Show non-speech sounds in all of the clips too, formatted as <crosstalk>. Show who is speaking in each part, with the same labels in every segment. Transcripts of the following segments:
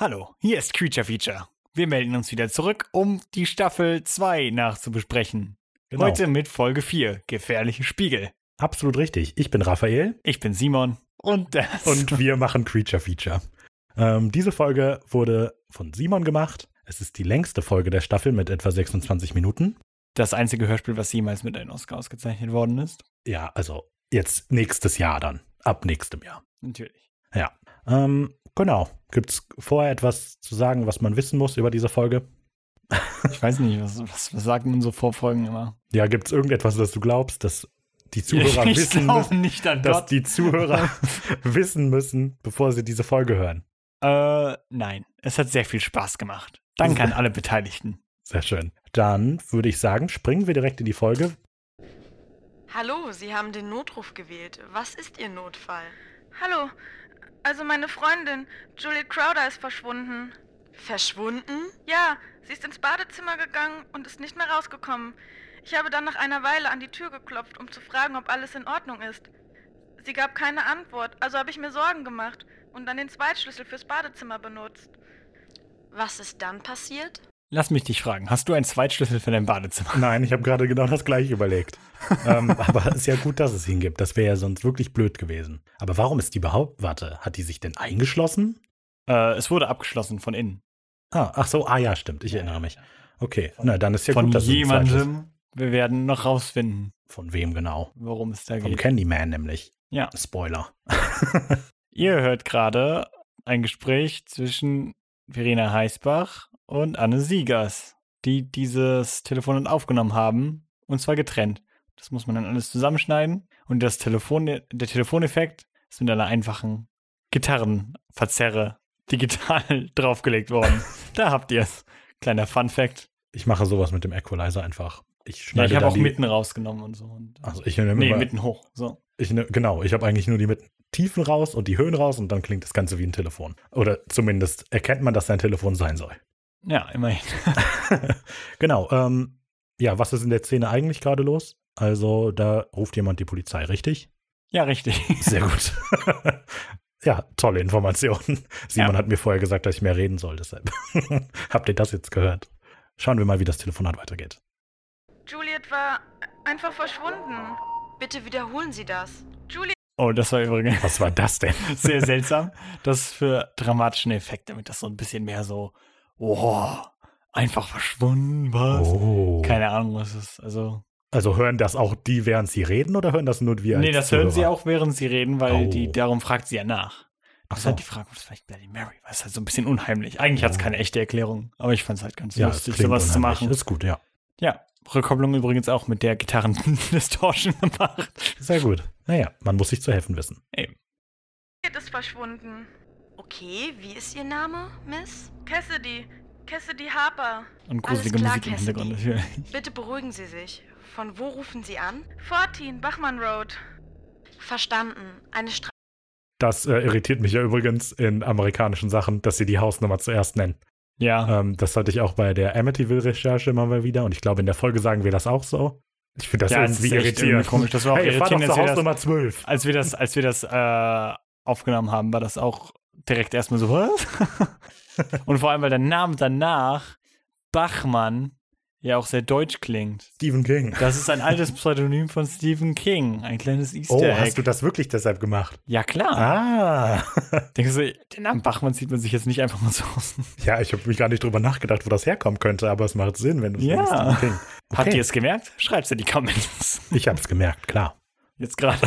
Speaker 1: Hallo, hier ist Creature Feature. Wir melden uns wieder zurück, um die Staffel 2 nachzubesprechen.
Speaker 2: Genau.
Speaker 1: Heute mit Folge 4, Gefährliche Spiegel.
Speaker 2: Absolut richtig. Ich bin Raphael
Speaker 1: Ich bin Simon und das. <laughs>
Speaker 2: und wir machen Creature Feature. Ähm, diese Folge wurde von Simon gemacht. Es ist die längste Folge der Staffel mit etwa 26 Minuten.
Speaker 1: das einzige Hörspiel, was jemals mit einem Oscar ausgezeichnet worden ist.
Speaker 2: Ja, also jetzt nächstes Jahr dann. Ab nächstem Jahr.
Speaker 1: Natürlich.
Speaker 2: Ähm, genau. Gibt es vorher etwas zu sagen, was man wissen muss über diese Folge?
Speaker 1: Ich weiß nicht, was, was, was sagen unsere Vorfolgen immer?
Speaker 2: Ja, gibt es irgendetwas, das du glaubst, dass die Zuhörer
Speaker 1: ich
Speaker 2: wissen
Speaker 1: glaube
Speaker 2: müssen,
Speaker 1: nicht an
Speaker 2: dass
Speaker 1: Gott.
Speaker 2: die Zuhörer
Speaker 1: <laughs>
Speaker 2: wissen müssen, bevor sie diese Folge hören?
Speaker 1: Äh, nein, es hat sehr viel Spaß gemacht. Danke an alle Beteiligten.
Speaker 2: Sehr schön. Dann würde ich sagen, springen wir direkt in die Folge.
Speaker 3: Hallo, Sie haben den Notruf gewählt. Was ist Ihr Notfall?
Speaker 4: Hallo. Also meine Freundin, Juliet Crowder, ist verschwunden.
Speaker 3: Verschwunden?
Speaker 4: Ja, sie ist ins Badezimmer gegangen und ist nicht mehr rausgekommen. Ich habe dann nach einer Weile an die Tür geklopft, um zu fragen, ob alles in Ordnung ist. Sie gab keine Antwort, also habe ich mir Sorgen gemacht und dann den Zweitschlüssel fürs Badezimmer benutzt.
Speaker 3: Was ist dann passiert?
Speaker 1: Lass mich dich fragen, hast du einen Zweitschlüssel für dein Badezimmer?
Speaker 2: Nein, ich habe gerade genau das
Speaker 1: <laughs>
Speaker 2: gleiche überlegt. ähm, aber es ist ja gut, dass es ihn gibt. Das wäre ja sonst wirklich blöd gewesen. Aber warum ist die überhaupt? Warte, hat die sich denn eingeschlossen?
Speaker 1: Äh, es wurde abgeschlossen von innen.
Speaker 2: Ah, ach so, ah ja, stimmt. Ich erinnere mich. Okay, na dann ist ja
Speaker 1: von
Speaker 2: gut, dass es ein zweites-
Speaker 1: jemandem. Wir werden noch rausfinden,
Speaker 2: Von wem genau?
Speaker 1: worum es da
Speaker 2: Von
Speaker 1: geht.
Speaker 2: Candyman nämlich.
Speaker 1: Ja.
Speaker 2: Spoiler.
Speaker 1: Ihr hört gerade ein Gespräch zwischen Verena Heißbach und Anne Siegers, die dieses Telefon dann aufgenommen haben, und zwar getrennt. Das muss man dann alles zusammenschneiden und das Telefon, der Telefoneffekt ist mit einer einfachen Gitarrenverzerre digital <laughs> draufgelegt worden. da habt ihr es. Kleiner Fun Fact.
Speaker 2: Ich mache sowas mit dem Equalizer einfach. Ich
Speaker 1: Ja,
Speaker 2: schneide
Speaker 1: ich habe
Speaker 2: dann
Speaker 1: auch
Speaker 2: die,
Speaker 1: mitten rausgenommen und so. Und,
Speaker 2: Also ich nehme
Speaker 1: nee,
Speaker 2: immer,
Speaker 1: mitten hoch. So.
Speaker 2: ich ne, genau, ich habe eigentlich nur die mit Tiefen raus und die Höhen raus und dann klingt das Ganze wie ein Telefon. Oder zumindest erkennt man, dass es ein Telefon sein soll.
Speaker 1: Ja, immerhin.
Speaker 2: genau. Ähm, ja, was ist in der Szene eigentlich gerade los? Also, da ruft jemand die Polizei, richtig?
Speaker 1: <laughs> Ja, richtig. <laughs>
Speaker 2: Sehr gut. <laughs> ja, tolle <laughs> Informationen.
Speaker 1: Ja.
Speaker 2: Simon hat mir vorher gesagt, dass ich mehr reden soll, deshalb <laughs> habt ihr das jetzt gehört. Schauen wir mal, wie das Telefonat weitergeht.
Speaker 4: Juliet war einfach verschwunden.
Speaker 3: Bitte wiederholen Sie das.
Speaker 4: Juliet,
Speaker 1: Oh, das war übrigens. <laughs>
Speaker 2: Was war das denn?
Speaker 1: sehr seltsam. Das für dramatischen Effekt, damit das so ein bisschen mehr so, oh, einfach verschwunden was.
Speaker 2: Oh.
Speaker 1: Keine Ahnung, was es ist. Also,
Speaker 2: Also hören das auch die, während sie reden oder hören das nur wir?
Speaker 1: nee,
Speaker 2: als
Speaker 1: das hören sie
Speaker 2: Zuhörer?
Speaker 1: auch, während sie reden, weil
Speaker 2: Oh.
Speaker 1: die, darum fragt sie ja nach.
Speaker 2: Ach
Speaker 1: Das ist
Speaker 2: so.
Speaker 1: halt die Frage, ob es vielleicht Bloody Mary war. Das ist halt so ein bisschen unheimlich. Eigentlich hat es
Speaker 2: Oh.
Speaker 1: keine echte Erklärung, aber ich fand es halt ganz
Speaker 2: Ja,
Speaker 1: lustig,
Speaker 2: es klingt
Speaker 1: sowas zu
Speaker 2: unheimlich.
Speaker 1: machen.
Speaker 2: Ist gut, ja.
Speaker 1: Ja, Rückkopplung übrigens auch mit der <laughs> Gitarren-Distortion gemacht.
Speaker 2: Sehr gut. Naja, man muss sich zu helfen wissen.
Speaker 4: ist verschwunden.
Speaker 3: Okay, wie ist Ihr Name, Miss?
Speaker 4: Cassidy, Cassidy Harper.
Speaker 1: Und gruselige
Speaker 3: klar,
Speaker 1: Musik im
Speaker 3: Cassidy.
Speaker 1: Hintergrund natürlich.
Speaker 3: Bitte beruhigen Sie sich. Von wo rufen Sie an?
Speaker 4: 14, Bachmann Road.
Speaker 3: Verstanden. Eine Stra
Speaker 2: Das äh, irritiert mich ja übrigens in amerikanischen Sachen, dass sie die Hausnummer zuerst nennen.
Speaker 1: <laughs> Ja,
Speaker 2: Ähm, das hatte ich auch bei der Amityville-Recherche immer mal wieder und ich glaube, in der Folge sagen wir das auch so. Ich finde das
Speaker 1: Ja, es ist
Speaker 2: irgendwie
Speaker 1: echt
Speaker 2: irritierend.
Speaker 1: irgendwie komisch. Das war auch
Speaker 2: hey, fahr doch
Speaker 1: irritierend,
Speaker 2: zur
Speaker 1: dass wir das-
Speaker 2: Hausnummer 12.
Speaker 1: als wir das, als wir das äh, aufgenommen haben, war das auch direkt erstmal so, was? <laughs> Und vor allem, weil der Name danach, Bachmann, ja auch sehr deutsch klingt.
Speaker 2: Stephen King.
Speaker 1: Das ist ein altes Pseudonym von Stephen King, ein kleines Easter
Speaker 2: Oh,
Speaker 1: Egg.
Speaker 2: hast du das wirklich deshalb gemacht?
Speaker 1: ja, klar.
Speaker 2: Ah.
Speaker 1: Denkst du, den Namen Bachmann sieht man sich jetzt nicht einfach mal so aus.
Speaker 2: Ja, ich habe mich gar nicht drüber nachgedacht, wo das herkommen könnte, aber es macht Sinn, wenn du es
Speaker 1: Ja.
Speaker 2: denkst, Stephen King.
Speaker 1: Habt
Speaker 2: Okay.
Speaker 1: ihr es gemerkt? Schreibt's in die Comments.
Speaker 2: Ich habe es gemerkt, klar.
Speaker 1: Jetzt gerade.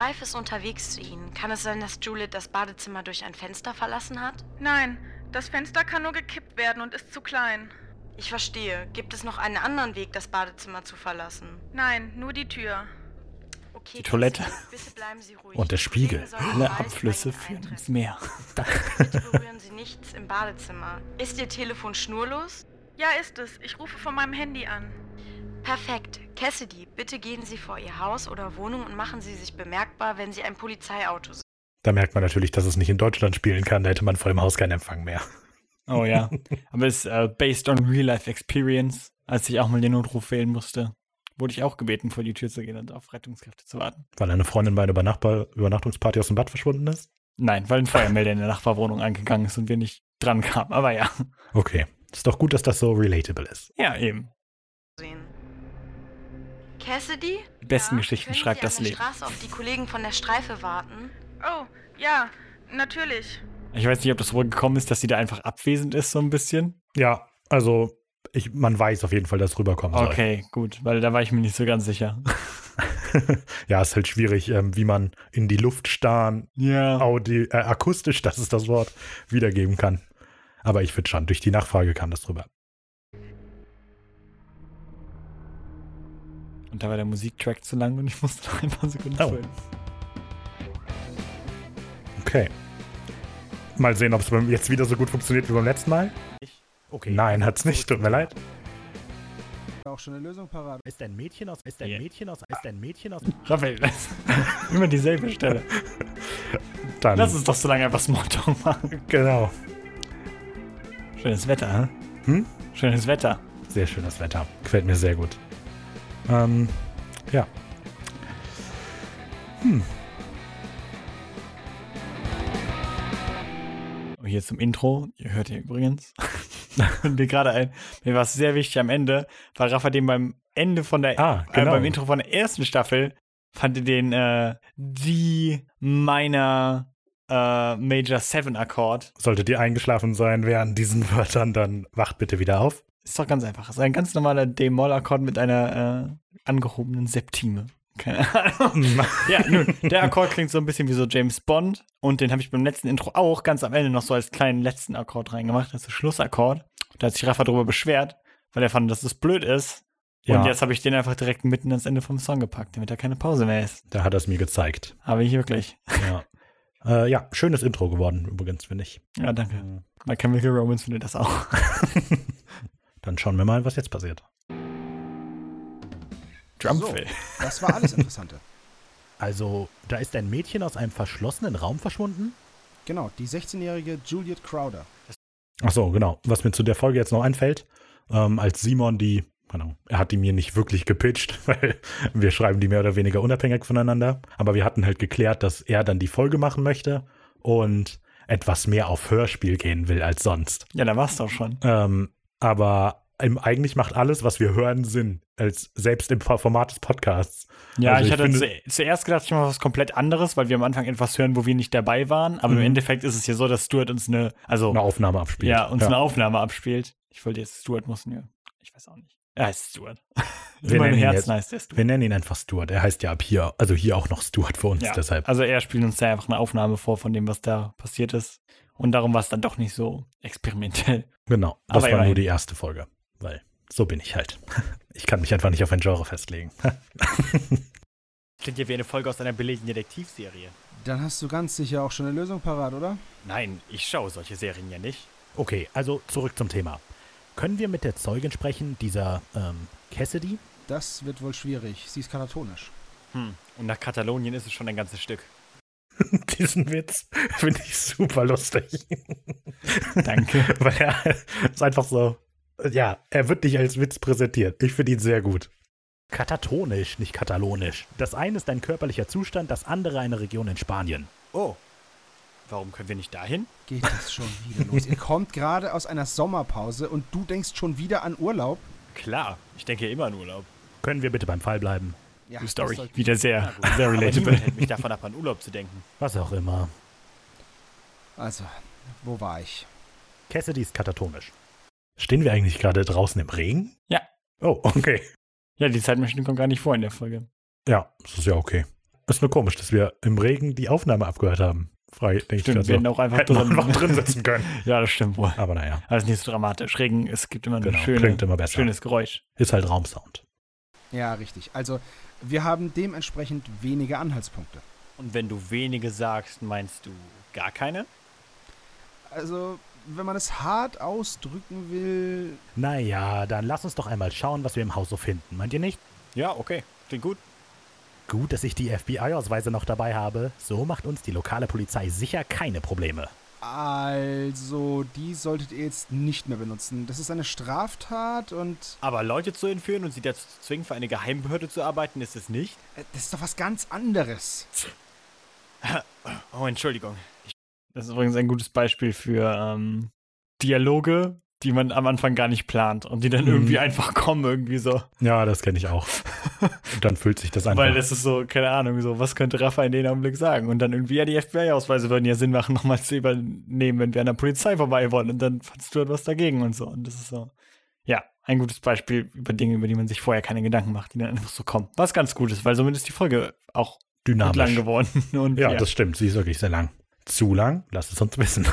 Speaker 3: Ralf ist unterwegs zu Ihnen. Kann es sein, dass Juliet das Badezimmer durch ein Fenster verlassen hat?
Speaker 4: Nein, das Fenster kann nur gekippt werden und ist zu klein.
Speaker 3: Ich verstehe. Gibt es noch einen anderen Weg, das Badezimmer zu verlassen?
Speaker 4: Nein, nur die Tür.
Speaker 3: Okay.
Speaker 1: Die Toilette.
Speaker 3: Cassidy, Bitte bleiben Sie ruhig.
Speaker 2: Und der Spiegel.
Speaker 3: Regen soll
Speaker 1: Alle
Speaker 3: bald bei
Speaker 1: Abflüsse
Speaker 3: Ihnen
Speaker 1: führen ins
Speaker 3: eintreffen.
Speaker 1: Meer.
Speaker 3: Bitte berühren Sie nichts im Badezimmer. Ist Ihr Telefon schnurlos?
Speaker 4: Ja, ist es. Ich rufe von meinem Handy an.
Speaker 3: Perfekt. Cassidy, bitte gehen Sie vor Ihr Haus oder Wohnung und machen Sie sich bemerkbar, wenn Sie ein Polizeiauto sehen.
Speaker 2: Da merkt man natürlich, dass es nicht in Deutschland spielen kann. Da hätte man vor dem Haus keinen Empfang mehr.
Speaker 1: Oh ja. Aber es ist äh, based on real life experience. Als ich auch mal den Notruf wählen musste, wurde ich auch gebeten, vor die Tür zu gehen und auf Rettungskräfte zu warten.
Speaker 2: Weil eine Freundin bei einer Übernachbar Übernachtungsparty aus dem Bad verschwunden ist.
Speaker 1: Nein, weil ein Feuermelder in der Nachbarwohnung angegangen ist und wir nicht dran kamen. Aber ja.
Speaker 2: Okay. Ist doch gut, dass das so relatable ist.
Speaker 1: Ja, eben.
Speaker 3: sehen. Cassidy?
Speaker 1: Die besten
Speaker 4: Ja,
Speaker 1: Geschichten
Speaker 3: Können
Speaker 1: schreibt
Speaker 3: Sie
Speaker 1: das
Speaker 3: an der
Speaker 1: Leben.
Speaker 3: Straße auf die Kollegen von der Streife warten?
Speaker 4: Oh, ja, natürlich.
Speaker 1: Ich weiß nicht, ob das rübergekommen ist, dass sie da einfach abwesend ist, so ein bisschen.
Speaker 2: Ja, also ich, man weiß auf jeden Fall, dass rüberkommen soll.
Speaker 1: Okay, gut, weil da war ich mir nicht so ganz sicher.
Speaker 2: <laughs> ja, ist halt schwierig, ähm, wie man in die Luft starren,
Speaker 1: Ja.
Speaker 2: Audi, äh, akustisch, <laughs> das ist das Wort, wiedergeben kann. Aber ich finde schon, durch die Nachfrage kam das rüber.
Speaker 1: Und da war der Musiktrack zu lang und ich musste noch ein paar Sekunden
Speaker 2: Oh.
Speaker 1: füllen.
Speaker 2: Okay. Mal sehen, ob es jetzt wieder so gut funktioniert wie beim letzten Mal.
Speaker 5: Okay.
Speaker 2: Nein, hat's nicht, tut mir leid.
Speaker 5: Auch schon eine Lösung parat.
Speaker 2: Ist ein Mädchen aus, ist
Speaker 1: ein Ja.
Speaker 2: Mädchen aus, ist ein Mädchen aus.
Speaker 1: Raphael, <laughs> das ist immer dieselbe Stelle.
Speaker 2: Dann,
Speaker 1: Lass uns doch so lange einfach Smalltalk machen.
Speaker 2: genau.
Speaker 1: Schönes Wetter, hm?
Speaker 2: Hm?
Speaker 1: Schönes Wetter.
Speaker 2: Sehr schönes Wetter. Gefällt mir sehr gut. Ähm, ja.
Speaker 1: Und Oh, hier zum Intro, ihr hört hier übrigens, <laughs> fällt mir gerade ein, mir war es sehr wichtig am Ende, weil Rafa den beim Ende von der,
Speaker 2: Ah, genau.
Speaker 1: äh, beim Intro von der ersten Staffel, fand ihr den äh, D minor äh, Major 7 Akkord.
Speaker 2: Solltet ihr eingeschlafen sein während diesen <laughs> Wörtern, dann wacht bitte wieder auf.
Speaker 1: Ist doch ganz einfach. Ist ein ganz normaler D-Moll-Akkord mit einer äh, angehobenen Septime. Keine Ahnung. Ja, nun, der Akkord klingt so ein bisschen wie so James Bond und den habe ich beim letzten Intro auch ganz am Ende noch so als kleinen letzten Akkord reingemacht, als Schlussakkord. Da hat sich Rafa drüber beschwert, weil er fand, dass das blöd ist.
Speaker 2: Ja.
Speaker 1: Und jetzt habe ich den einfach direkt mitten ans Ende vom Song gepackt, damit da keine Pause mehr ist.
Speaker 2: Da hat er es mir gezeigt.
Speaker 1: Habe ich wirklich.
Speaker 2: <laughs> Ja. äh, ja, schönes Intro geworden, übrigens, finde ich.
Speaker 1: Ja, danke. My Chemical Romance findet das auch.
Speaker 2: Dann schauen wir mal, was jetzt passiert.
Speaker 1: Drumfill.
Speaker 5: Das war alles <laughs> Interessante.
Speaker 2: Also, da ist ein Mädchen aus einem verschlossenen Raum verschwunden?
Speaker 5: genau, die 16-jährige Juliet Crowder.
Speaker 2: Ach so, genau. Was mir zu der Folge jetzt noch einfällt, ähm, als Simon die, keine Ahnung, er hat die mir nicht wirklich gepitcht, <laughs> weil wir schreiben die mehr oder weniger unabhängig voneinander. Aber wir hatten halt geklärt, dass er dann die Folge machen möchte und etwas mehr auf Hörspiel gehen will als sonst.
Speaker 1: Ja, da war's doch schon.
Speaker 2: Ähm, aber im, eigentlich macht alles, was wir hören, Sinn, als selbst im Format des Podcasts.
Speaker 1: Ja,
Speaker 2: Also
Speaker 1: ich
Speaker 2: ich
Speaker 1: hatte
Speaker 2: finde-
Speaker 1: zu, zuerst gedacht, ich mache was komplett anderes, weil wir am Anfang etwas hören, wo wir nicht dabei waren. Aber im
Speaker 2: Mhm.
Speaker 1: Endeffekt ist es hier so, dass Stuart uns eine, also
Speaker 2: Eine Aufnahme abspielt.
Speaker 1: ja, uns eine Aufnahme abspielt. Ich wollte jetzt Stuart muss ja, ich weiß auch nicht. Er heißt Stuart. <laughs> In
Speaker 2: Wir
Speaker 1: meinem
Speaker 2: nennen ihn
Speaker 1: Herzen
Speaker 2: jetzt-
Speaker 1: heißt er Stuart.
Speaker 2: Wir nennen ihn einfach Stuart. Er heißt ja ab hier, also hier auch noch Stuart für uns,
Speaker 1: Ja,
Speaker 2: deshalb.
Speaker 1: Also er spielt uns da einfach eine Aufnahme vor von dem, was da passiert ist. Und darum war es dann doch nicht so experimentell.
Speaker 2: Genau. Das
Speaker 1: Aber
Speaker 2: war
Speaker 1: immerhin.
Speaker 2: nur die erste Folge, weil so bin ich halt. <laughs> Ich kann mich einfach nicht auf ein Genre festlegen.
Speaker 1: Klingt ja wie eine Folge aus einer billigen Detektivserie.
Speaker 5: Dann hast du ganz sicher auch schon eine Lösung parat, oder?
Speaker 1: Nein, ich schaue solche Serien ja nicht.
Speaker 2: Okay, also zurück zum Thema. Können wir mit der Zeugin sprechen, dieser ähm, Cassidy?
Speaker 5: Das wird wohl schwierig. Sie ist katatonisch.
Speaker 1: Hm. Und nach Katalonien ist es schon ein ganzes Stück.
Speaker 2: Diesen Witz <laughs> finde ich super lustig,
Speaker 1: Danke.
Speaker 2: <laughs> weil er ist einfach so, ja, er wird nicht als Witz präsentiert. Ich finde ihn sehr gut. Katatonisch, nicht katalonisch. Das eine ist ein körperlicher Zustand, das andere eine Region in Spanien.
Speaker 5: Oh,
Speaker 1: Warum können wir nicht dahin?
Speaker 5: geht das schon wieder los? Ihr kommt gerade aus einer Sommerpause und du denkst schon wieder an Urlaub?
Speaker 1: Klar, ich denke immer an Urlaub.
Speaker 2: Können wir bitte beim Fall bleiben?
Speaker 5: Ja,
Speaker 1: True
Speaker 5: das
Speaker 1: Story.
Speaker 5: soll-
Speaker 1: Wieder sehr, sehr relatable. hält mich davon ab, an Urlaub zu denken.
Speaker 2: Was auch immer.
Speaker 5: Also, wo war ich?
Speaker 2: Cassidy ist katatonisch. Stehen wir eigentlich gerade draußen im Regen?
Speaker 1: Ja.
Speaker 2: Oh, okay.
Speaker 1: Ja, die Zeitmaschine kommt gar nicht vor in der Folge.
Speaker 2: Ja, das ist ja okay. Ist nur komisch, dass wir im Regen die Aufnahme abgehört haben. Frei, denke ich
Speaker 1: Stimmt,
Speaker 2: gerade
Speaker 1: wir hätten
Speaker 2: so.
Speaker 1: auch einfach
Speaker 2: also Hätten wir
Speaker 1: drin.
Speaker 2: noch drin sitzen können.
Speaker 1: <laughs> Ja, das stimmt wohl.
Speaker 2: Aber naja,
Speaker 1: Aber ist nicht so dramatisch. Regen, es gibt immer ein
Speaker 2: genau.
Speaker 1: schöne,
Speaker 2: klingt immer besser.
Speaker 1: schönes Geräusch.
Speaker 2: Ist halt Raumsound.
Speaker 5: Ja, richtig. Also, wir haben dementsprechend wenige Anhaltspunkte.
Speaker 1: Und wenn du wenige sagst, meinst du gar keine?
Speaker 5: Also, wenn man es hart ausdrücken will,
Speaker 2: Naja, dann lass uns doch einmal schauen, was wir im Haus so finden. Meint ihr nicht?
Speaker 1: Ja, okay. Klingt gut.
Speaker 2: Gut, dass ich die FBI-Ausweise noch dabei habe. So macht uns die lokale Polizei sicher keine Probleme.
Speaker 5: also, die solltet ihr jetzt nicht mehr benutzen. Das ist eine Straftat und
Speaker 1: Aber Leute zu entführen und sie dazu zu zwingen, für eine Geheimbehörde zu arbeiten, ist es nicht?
Speaker 5: äh, das ist doch was ganz anderes.
Speaker 6: Oh, Entschuldigung.
Speaker 1: Das ist übrigens ein gutes Beispiel für ähm, Dialoge, die man am Anfang gar nicht plant und die dann
Speaker 2: Mhm.
Speaker 1: irgendwie einfach kommen, irgendwie so.
Speaker 2: Ja, das kenne ich <laughs> auch. Und dann fühlt sich das einfach.
Speaker 1: Weil das ist so, keine Ahnung, so, was könnte Rafa in dem Augenblick sagen? Und dann irgendwie, ja, die FBI-Ausweise würden ja Sinn machen, <laughs> nochmal zu übernehmen, wenn wir an der Polizei vorbei wollen. Und dann fandst du etwas dagegen und so. Und das ist so, ja, ein gutes Beispiel über Dinge, über die man sich vorher keine Gedanken macht, die dann einfach so kommen. Was ganz gut ist, weil somit ist die Folge auch gut lang
Speaker 2: dynamisch.
Speaker 1: geworden. <laughs> Und
Speaker 2: Ja,
Speaker 1: ja,
Speaker 2: das stimmt. Sie ist wirklich sehr lang. Zu lang? Lasst es uns wissen.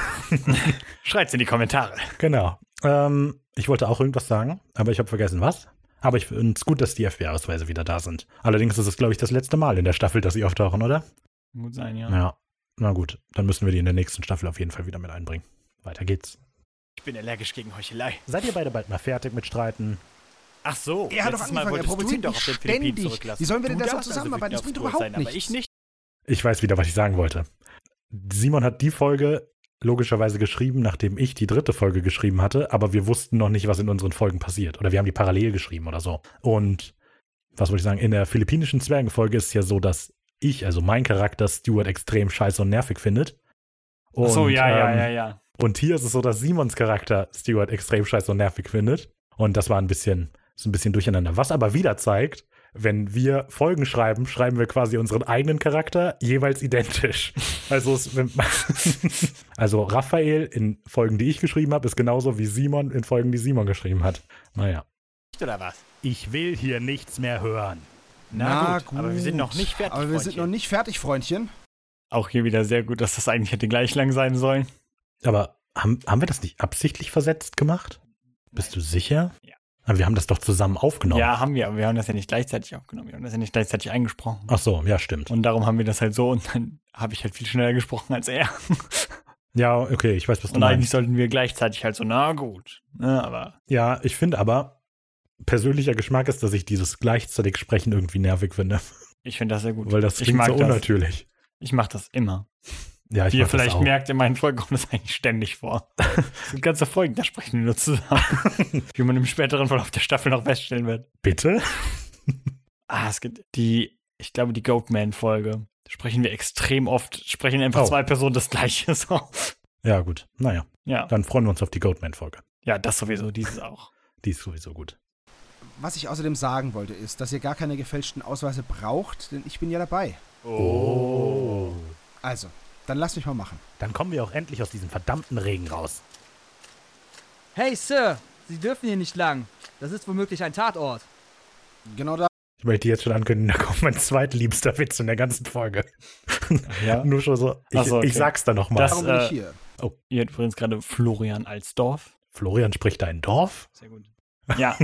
Speaker 2: <laughs>
Speaker 1: schreibt's in die Kommentare.
Speaker 2: genau. Ähm, ich wollte auch irgendwas sagen, aber ich habe vergessen, was. Aber ich finde es gut, dass die FBI-Ausweise wieder da sind. Allerdings ist es, glaube ich, das letzte Mal in der Staffel, dass sie auftauchen, oder?
Speaker 1: Gut sein, ja.
Speaker 2: Ja. Na gut, dann müssen wir die in der nächsten Staffel auf jeden Fall wieder mit einbringen. Weiter geht's.
Speaker 6: Ich bin allergisch gegen Heuchelei.
Speaker 2: Seid ihr beide bald mal fertig mit Streiten?
Speaker 6: Ach so.
Speaker 5: Er hat doch
Speaker 6: letztes
Speaker 5: angefangen,
Speaker 6: Mal wolltest
Speaker 5: er
Speaker 6: du ihn
Speaker 5: provoziert
Speaker 6: doch
Speaker 5: mich
Speaker 6: auf den Philippinen
Speaker 5: ständig.
Speaker 6: zurücklassen.
Speaker 5: Wie sollen wir
Speaker 6: Du
Speaker 5: denn da so
Speaker 6: darfst also
Speaker 5: zusammenarbeiten? Das
Speaker 6: wirklich
Speaker 5: bringt
Speaker 6: aufs
Speaker 5: überhaupt
Speaker 6: Brot sein,
Speaker 5: nichts.
Speaker 6: Aber ich nicht.
Speaker 2: Ich weiß wieder, was ich sagen wollte. Simon hat die Folge logischerweise geschrieben, nachdem ich die dritte Folge geschrieben hatte, aber wir wussten noch nicht, was in unseren Folgen passiert. Oder wir haben die parallel geschrieben oder so. Und was wollte ich sagen? In der philippinischen Zwergenfolge ist es ja so, dass ich, also mein Charakter, Stuart extrem scheiße und nervig findet. Und,
Speaker 1: Ach so, ja, ja,
Speaker 2: ähm,
Speaker 1: ja, ja.
Speaker 2: Und hier ist es so, dass Simons Charakter Stuart extrem scheiße und nervig findet. Und das war ein bisschen, ist ein bisschen durcheinander. Was aber wieder zeigt, wenn wir Folgen schreiben, schreiben wir quasi unseren eigenen Charakter
Speaker 1: <laughs>
Speaker 2: jeweils identisch. Also, es, wenn, <laughs> also Raphael in Folgen, die ich geschrieben habe, ist genauso wie Simon in Folgen, die Simon geschrieben hat. Naja.
Speaker 6: Oder was?
Speaker 2: Ich will hier nichts mehr hören.
Speaker 6: Na, gut, aber wir sind noch nicht fertig.
Speaker 5: Aber wir sind noch
Speaker 6: Freundchen.
Speaker 5: nicht fertig, Freundchen.
Speaker 1: Auch hier wieder sehr gut, dass das eigentlich hätte gleich lang sein sollen.
Speaker 2: Aber haben, haben wir das nicht absichtlich versetzt gemacht? Bist du sicher?
Speaker 1: Ja.
Speaker 2: Aber wir haben das doch zusammen aufgenommen.
Speaker 1: Ja, haben wir, aber wir haben das ja nicht gleichzeitig aufgenommen. Wir haben das ja nicht gleichzeitig eingesprochen.
Speaker 2: Ach so, ja, stimmt.
Speaker 1: Und darum haben wir das halt so und dann <laughs> habe ich halt viel schneller gesprochen als er.
Speaker 2: Ja, okay, ich weiß, was du
Speaker 1: Und eigentlich
Speaker 2: meinst.
Speaker 1: sollten wir gleichzeitig halt so, na gut. Ne, aber
Speaker 2: Ja, ich finde aber, persönlicher Geschmack ist, dass ich dieses gleichzeitig Sprechen irgendwie nervig finde,
Speaker 1: ich finde das sehr gut.
Speaker 2: weil das
Speaker 1: ich
Speaker 2: klingt
Speaker 1: mag
Speaker 2: so
Speaker 1: das.
Speaker 2: unnatürlich.
Speaker 1: Ich mache das immer.
Speaker 2: Ja, ich
Speaker 1: Wie ihr
Speaker 2: mag das
Speaker 1: vielleicht
Speaker 2: auch.
Speaker 1: merkt, in meinen Folgen kommt das eigentlich ständig vor. Das sind ganze Folgen, da sprechen wir nur
Speaker 2: <laughs>
Speaker 1: zusammen. Wie man im späteren Verlauf der Staffel noch feststellen wird.
Speaker 2: Bitte?
Speaker 1: Ah, es gibt die, ich glaube, die Goatman-Folge. Da Sprechen wir extrem oft, sprechen einfach
Speaker 2: Oh.
Speaker 1: zwei Personen das Gleiche. <laughs> So.
Speaker 2: Ja, gut. Naja,
Speaker 1: Ja.
Speaker 2: dann freuen wir uns auf die Goatman-Folge.
Speaker 1: ja, das sowieso, dieses auch.
Speaker 2: Die ist sowieso gut.
Speaker 5: Was ich außerdem sagen wollte, ist, dass ihr gar keine gefälschten Ausweise braucht, denn ich bin ja dabei.
Speaker 2: Oh.
Speaker 5: Also, dann lasst mich mal machen.
Speaker 2: Dann kommen wir auch endlich aus diesem verdammten Regen raus.
Speaker 7: Hey, Sir, Sie dürfen hier nicht lang. Das ist womöglich ein Tatort.
Speaker 5: Genau da.
Speaker 2: Ich möchte jetzt schon ankündigen, <laughs> da kommt mein zweitliebster Witz in der ganzen Folge.
Speaker 1: <laughs> Ja.
Speaker 2: Nur schon so. Ich,
Speaker 1: Ach so, okay.
Speaker 2: ich sag's da nochmal.
Speaker 1: Das-
Speaker 5: Warum bin
Speaker 1: äh,
Speaker 5: ich hier?
Speaker 2: Oh.
Speaker 1: Ihr habt übrigens gerade Florian Alsdorf.
Speaker 2: Florian spricht da ein Dorf?
Speaker 1: Sehr gut.
Speaker 2: <laughs>
Speaker 1: Ja,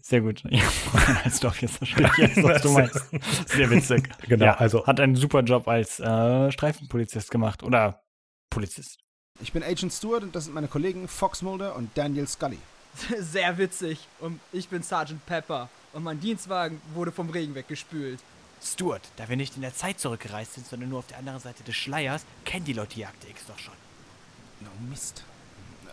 Speaker 1: sehr gut. Ja, Florian Alsdorf jetzt verstehe ich jetzt, was du meinst. Sehr witzig.
Speaker 2: <laughs> Genau,
Speaker 1: ja,
Speaker 2: also-
Speaker 1: Hat einen super Job als äh, Streifenpolizist gemacht. Oder Polizist.
Speaker 5: Ich bin Agent Stewart und das sind meine Kollegen Fox Mulder und Daniel Scully.
Speaker 7: <laughs> Sehr witzig. Und ich bin Sergeant Pepper. Und mein Dienstwagen wurde vom Regen weggespült.
Speaker 6: Stuart, da wir nicht in der Zeit zurückgereist sind, sondern nur auf der anderen Seite des Schleiers, kennen die Leute die Akte X doch schon.
Speaker 5: Oh Mist.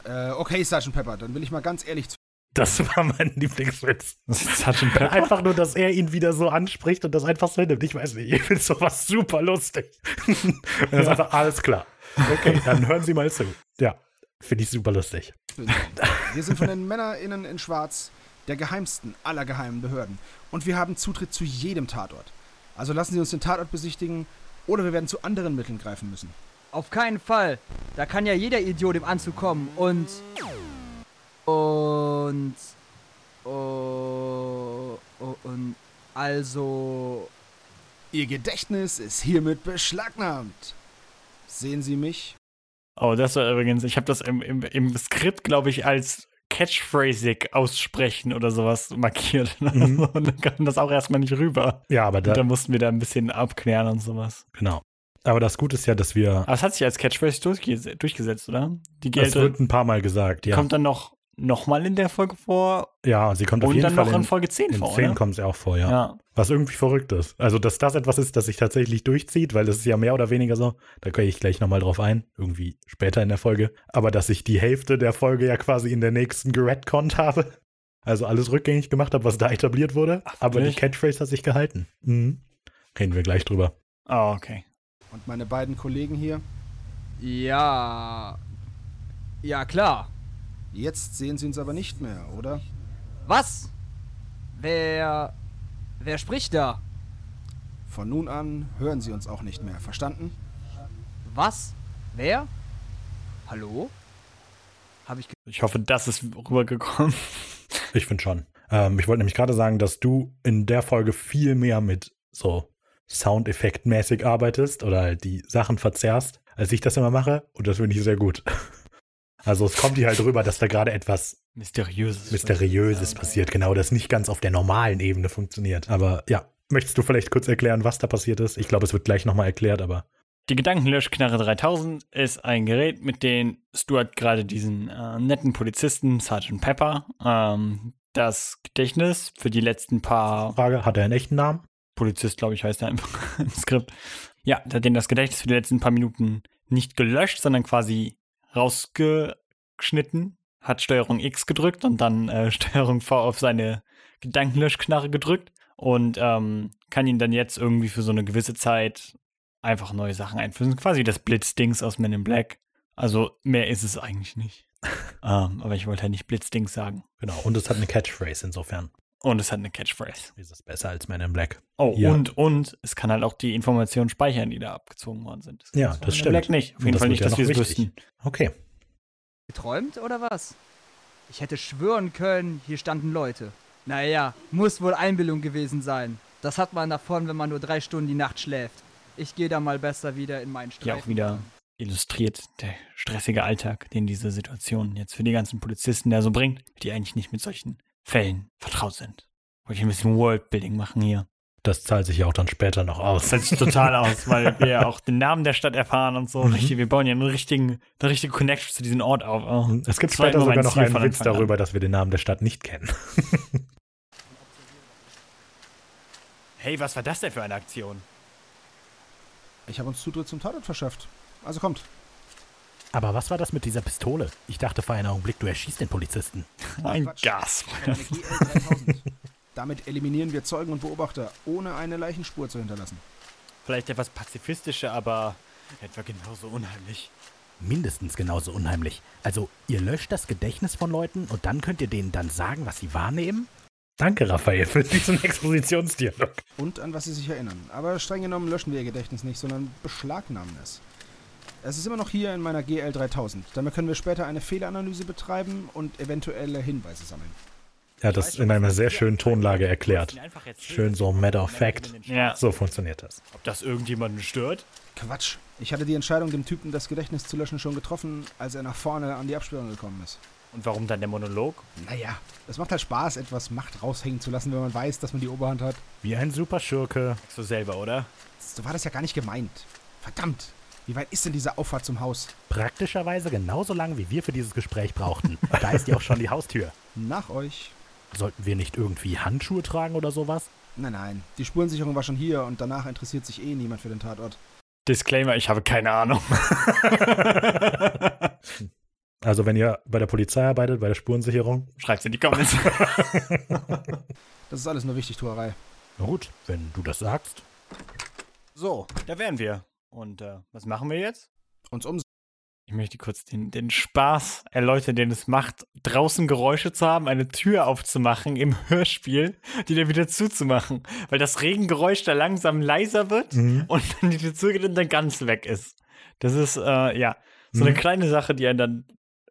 Speaker 5: Äh, okay, Sergeant Pepper, dann will ich mal ganz ehrlich zu. <laughs>
Speaker 2: Das war mein Lieblingswitz.
Speaker 1: <laughs> Das ist halt- Sergeant
Speaker 2: Dann
Speaker 1: Pepper.
Speaker 2: Einfach nur, dass er ihn wieder so anspricht und das einfach so hinnimmt. Ich weiß nicht, ich finde sowas super lustig. und er sagt, alles klar. Okay, dann hören Sie mal zu. Ja, finde ich super lustig.
Speaker 5: Wir sind von den MännerInnen in Schwarz, der geheimsten aller geheimen Behörden. Und wir haben Zutritt zu jedem Tatort. Also lassen Sie uns den Tatort besichtigen oder wir werden zu anderen Mitteln greifen müssen.
Speaker 7: Auf keinen Fall. Da kann ja jeder Idiot im Anzug kommen. Und. Und. Oh, oh, und. Also.
Speaker 5: Ihr Gedächtnis ist hiermit beschlagnahmt. Sehen Sie mich?
Speaker 1: Oh, das war übrigens, ich habe das im, im, im Skript, glaube ich, als Catchphrasig aussprechen oder sowas markiert. <laughs> Und dann kam das auch erstmal nicht rüber.
Speaker 2: Ja, aber
Speaker 1: Und
Speaker 2: Mhm. da,
Speaker 1: dann mussten wir da ein bisschen abklären und sowas.
Speaker 2: genau. Aber das Gute ist ja, dass wir.
Speaker 1: Aber es hat sich als Catchphrase durchges durchgesetzt, oder? Die
Speaker 2: Das
Speaker 1: Gelte
Speaker 2: wird ein paar Mal gesagt, ja.
Speaker 1: kommt dann noch, noch mal in der Folge vor
Speaker 2: ja, sie kommt auf
Speaker 1: und
Speaker 2: jeden
Speaker 1: dann
Speaker 2: Fall
Speaker 1: noch in,
Speaker 2: in,
Speaker 1: Folge 10
Speaker 2: in
Speaker 1: vor,
Speaker 2: 10
Speaker 1: oder?
Speaker 2: kommt sie auch vor, ja.
Speaker 1: Ja.
Speaker 2: Was irgendwie verrückt ist. Also, dass das etwas ist, das sich tatsächlich durchzieht, weil das ist ja mehr oder weniger so, da gehe ich gleich nochmal drauf ein, irgendwie später in der Folge, aber dass ich die Hälfte der Folge ja quasi in der nächsten geredconnt habe. Also alles rückgängig gemacht habe, was da etabliert wurde, aber die
Speaker 1: wirklich?
Speaker 2: Catchphrase hat sich gehalten. Mhm. Reden wir gleich drüber.
Speaker 1: Oh, okay.
Speaker 5: Und meine beiden Kollegen hier,
Speaker 7: Ja. Ja, klar.
Speaker 5: jetzt sehen sie uns aber nicht mehr, oder?
Speaker 7: Was? Wer. Wer spricht da?
Speaker 5: Von nun an hören sie uns auch nicht mehr, verstanden?
Speaker 7: Was? Wer? Hallo? Hab ich. ge-
Speaker 1: Ich hoffe, das ist rübergekommen.
Speaker 2: Ich finde schon. Ähm, ich wollte nämlich gerade sagen, dass du in der Folge viel mehr mit so Soundeffektmäßig arbeitest oder halt die Sachen verzerrst, als ich das immer mache. Und das finde ich sehr gut. <laughs> Also es kommt dir halt rüber, dass da gerade etwas
Speaker 1: Mysteriöses.
Speaker 2: Mysteriöses passiert, genau, das nicht ganz auf der normalen Ebene funktioniert. Aber ja, möchtest du vielleicht kurz erklären, was da passiert ist? Ich glaube, es wird gleich nochmal erklärt, aber
Speaker 1: Die Gedankenlöschknarre 3000 ist ein Gerät, mit dem Stuart gerade diesen äh, netten Polizisten, Sergeant Pepper, ähm, das Gedächtnis für die letzten paar
Speaker 2: Frage, hat er einen echten Namen?
Speaker 1: Polizist, glaube ich, heißt er einfach <laughs> im Skript. Ja, der hat denen das Gedächtnis für die letzten paar Minuten nicht gelöscht, sondern quasi rausgeschnitten, hat Steuerung X gedrückt und dann äh, <laughs> Steuerung V auf seine Gedankenlöschknarre gedrückt und ähm, kann ihn dann jetzt irgendwie für so eine gewisse Zeit einfach neue Sachen einflößen. Quasi das Blitzdings aus Men in Black. Also mehr ist es eigentlich nicht. <laughs> ähm, aber ich wollte halt nicht Blitzdings sagen.
Speaker 2: Genau, und es hat eine Catchphrase insofern.
Speaker 1: Und es hat eine Catchphrase.
Speaker 2: Ist es besser als Man in Black?
Speaker 1: Oh,
Speaker 2: Ja.
Speaker 1: und, und es kann halt auch die Informationen speichern, die da abgezogen worden sind. kann
Speaker 2: Ja,
Speaker 1: es von
Speaker 2: das
Speaker 1: der
Speaker 2: stimmt.
Speaker 1: Black nicht. Auf
Speaker 2: Und
Speaker 1: jeden
Speaker 2: das
Speaker 1: Fall
Speaker 2: wird
Speaker 1: nicht,
Speaker 2: ja
Speaker 1: dass wir
Speaker 2: noch
Speaker 1: es
Speaker 2: wichtig.
Speaker 1: wüssten.
Speaker 2: Okay.
Speaker 7: Geträumt oder was? Ich hätte schwören können, hier standen Leute. Naja, muss wohl Einbildung gewesen sein. Das hat man davon, wenn man nur drei Stunden die Nacht schläft. Ich gehe da mal besser wieder in meinen
Speaker 1: Die
Speaker 7: Streifen.
Speaker 1: auch wieder illustriert der stressige Alltag, den diese Situation jetzt für die ganzen Polizisten da so bringt, die eigentlich nicht mit solchen Fällen vertraut sind. Wollte ich ein bisschen Worldbuilding machen hier.
Speaker 2: Das zahlt sich ja auch dann später noch aus.
Speaker 1: Das hält sich
Speaker 2: <laughs>
Speaker 1: total aus, weil wir ja auch den Namen der Stadt erfahren und so.
Speaker 2: Mhm.
Speaker 1: Richtig, wir bauen ja einen richtigen, eine richtige Connection zu diesem Ort auf. Oh.
Speaker 2: Es gibt
Speaker 1: Das war
Speaker 2: später
Speaker 1: immer mein
Speaker 2: sogar noch
Speaker 1: Ziel
Speaker 2: einen
Speaker 1: von
Speaker 2: Witz
Speaker 1: Anfang an.
Speaker 2: darüber, dass wir den Namen der Stadt nicht kennen. <laughs>
Speaker 6: Hey, was war das denn für eine Aktion?
Speaker 5: Ich habe uns Zutritt zum Tatort verschafft. Also kommt.
Speaker 8: Aber was war das mit dieser Pistole? Ich dachte für einen Augenblick, du erschießt den Polizisten.
Speaker 1: Ein
Speaker 5: Quatsch.
Speaker 1: Gas.
Speaker 5: Eine GL 3000. Damit eliminieren wir Zeugen und Beobachter, ohne eine Leichenspur zu hinterlassen.
Speaker 6: Vielleicht etwas pazifistischer, aber etwa genauso unheimlich.
Speaker 8: Mindestens genauso unheimlich. Also, ihr löscht das Gedächtnis von Leuten und dann könnt ihr denen dann sagen, was sie wahrnehmen?
Speaker 2: Danke, Raphael, für diesen <laughs> Expositionsdialog.
Speaker 5: Und an was sie sich erinnern. Aber streng genommen löschen wir ihr Gedächtnis nicht, sondern beschlagnahmen es. Es ist immer noch hier in meiner GL 3000. Damit können wir später eine Fehleranalyse betreiben und eventuelle Hinweise sammeln.
Speaker 2: Er hat das in einer sehr schönen Tonlage erklärt. Schön so matter of fact.
Speaker 1: Ja.
Speaker 2: So funktioniert das.
Speaker 6: Ob das irgendjemanden stört?
Speaker 5: Quatsch. Ich hatte die Entscheidung, dem Typen das Gedächtnis zu löschen, schon getroffen, als er nach vorne an die Absperrung gekommen ist.
Speaker 6: Und warum dann der Monolog?
Speaker 5: Naja, es macht halt Spaß, etwas Macht raushängen zu lassen, wenn man weiß, dass man die Oberhand hat.
Speaker 8: Wie ein Superschurke.
Speaker 6: So selber, oder?
Speaker 5: So war das ja gar nicht gemeint. Verdammt! Wie weit ist denn diese Auffahrt zum Haus?
Speaker 8: Praktischerweise genauso lang, wie wir für dieses Gespräch brauchten. Da ist ja auch schon die Haustür.
Speaker 5: Nach euch.
Speaker 8: Sollten wir nicht irgendwie Handschuhe tragen oder sowas?
Speaker 5: Nein, nein. Die Spurensicherung war schon hier und danach interessiert sich eh niemand für den Tatort.
Speaker 1: Disclaimer, ich habe keine Ahnung. <laughs>
Speaker 2: Also, wenn ihr bei der Polizei arbeitet, bei der Spurensicherung,
Speaker 1: Schreibt's in die
Speaker 6: <laughs>
Speaker 1: Comments.
Speaker 5: Das ist alles nur Wichtigtuerei.
Speaker 8: Na gut, wenn du das sagst.
Speaker 1: So, da wären wir. Und äh, was machen wir jetzt?
Speaker 5: Uns um.
Speaker 1: Ich möchte kurz den, den Spaß erläutern, den es macht, draußen Geräusche zu haben, eine Tür aufzumachen im Hörspiel, die dann wieder zuzumachen. Weil das Regengeräusch da langsam leiser wird
Speaker 2: Mhm.
Speaker 1: und <laughs> dann die Tür zugeht und dann ganz weg ist. Das ist, äh, ja, so eine
Speaker 2: Mhm.
Speaker 1: kleine Sache, die einen dann,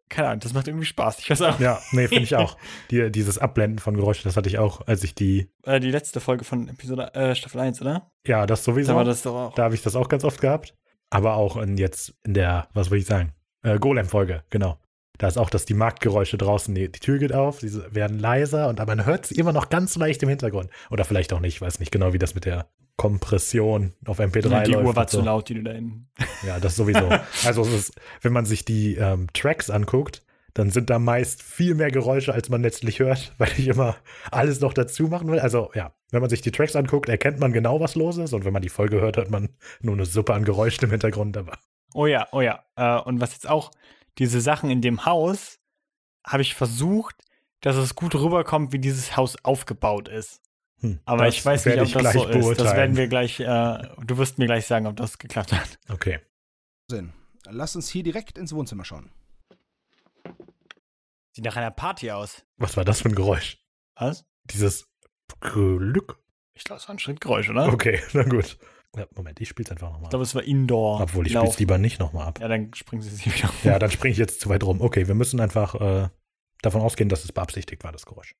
Speaker 1: keine Ahnung, das macht irgendwie Spaß. Ich weiß auch,
Speaker 2: Ja, nee, finde ich
Speaker 8: <laughs>
Speaker 2: auch. Die, dieses Abblenden von Geräuschen, das hatte ich auch, als ich die.
Speaker 1: äh, die letzte Folge von Episode, äh, Staffel 1, oder?
Speaker 2: Ja, das sowieso.
Speaker 1: Da war das doch auch.
Speaker 2: Da habe ich das auch ganz oft gehabt. Aber auch in jetzt in der, was will ich sagen? Äh, Golem-Folge, genau. Da ist auch, dass die Marktgeräusche draußen, die, die Tür geht auf, sie werden leiser und aber man hört sie immer noch ganz leicht im Hintergrund. Oder vielleicht auch nicht, weiß nicht genau, wie das mit der Kompression auf MP3
Speaker 1: Ja, die
Speaker 2: läuft.
Speaker 1: Uhr war
Speaker 2: und so.
Speaker 1: zu laut, die du da in.
Speaker 2: Ja,
Speaker 1: <laughs>
Speaker 2: das sowieso. Also es ist, wenn man sich die ähm, Tracks anguckt, dann sind da meist viel mehr Geräusche, als man letztlich hört, <laughs> weil ich immer alles noch dazu machen will. Also ja, wenn man sich die Tracks anguckt, erkennt man genau, was los ist. Und wenn man die Folge hört, hört man nur eine Suppe an Geräuschen im Hintergrund. Aber
Speaker 1: Oh ja, oh ja. Äh, und was jetzt auch, diese Sachen in dem Haus, habe ich versucht, dass es gut rüberkommt, wie dieses Haus aufgebaut ist.
Speaker 2: Hm,
Speaker 1: Aber
Speaker 2: das
Speaker 1: ich weiß nicht,
Speaker 2: werde
Speaker 1: ob
Speaker 2: ich
Speaker 1: das so
Speaker 2: gleich
Speaker 1: ist. Das
Speaker 2: beurteilen.
Speaker 1: werden wir gleich, äh, du wirst mir gleich sagen, ob das geklappt hat.
Speaker 2: Okay.
Speaker 5: Sehen. Lasst uns hier direkt ins Wohnzimmer schauen.
Speaker 6: Sieht nach einer Party aus.
Speaker 2: Was war das für ein Geräusch?
Speaker 1: Was?
Speaker 2: Dieses Glück.
Speaker 1: Ich glaube, es war ein Schrittgeräusch, oder?
Speaker 2: Okay, <laughs> na gut. Ja, Moment, ich spiel's einfach nochmal.
Speaker 1: Ah. Ich glaube, es war Indoor.
Speaker 2: Obwohl, ich
Speaker 1: Lauf.
Speaker 2: spiel's lieber nicht nochmal ab.
Speaker 1: Ja, dann springen sie sich wieder. um.
Speaker 2: Ja, dann springe ich jetzt zu weit rum. Okay, wir müssen einfach äh, davon ausgehen, dass es beabsichtigt war, das Geräusch.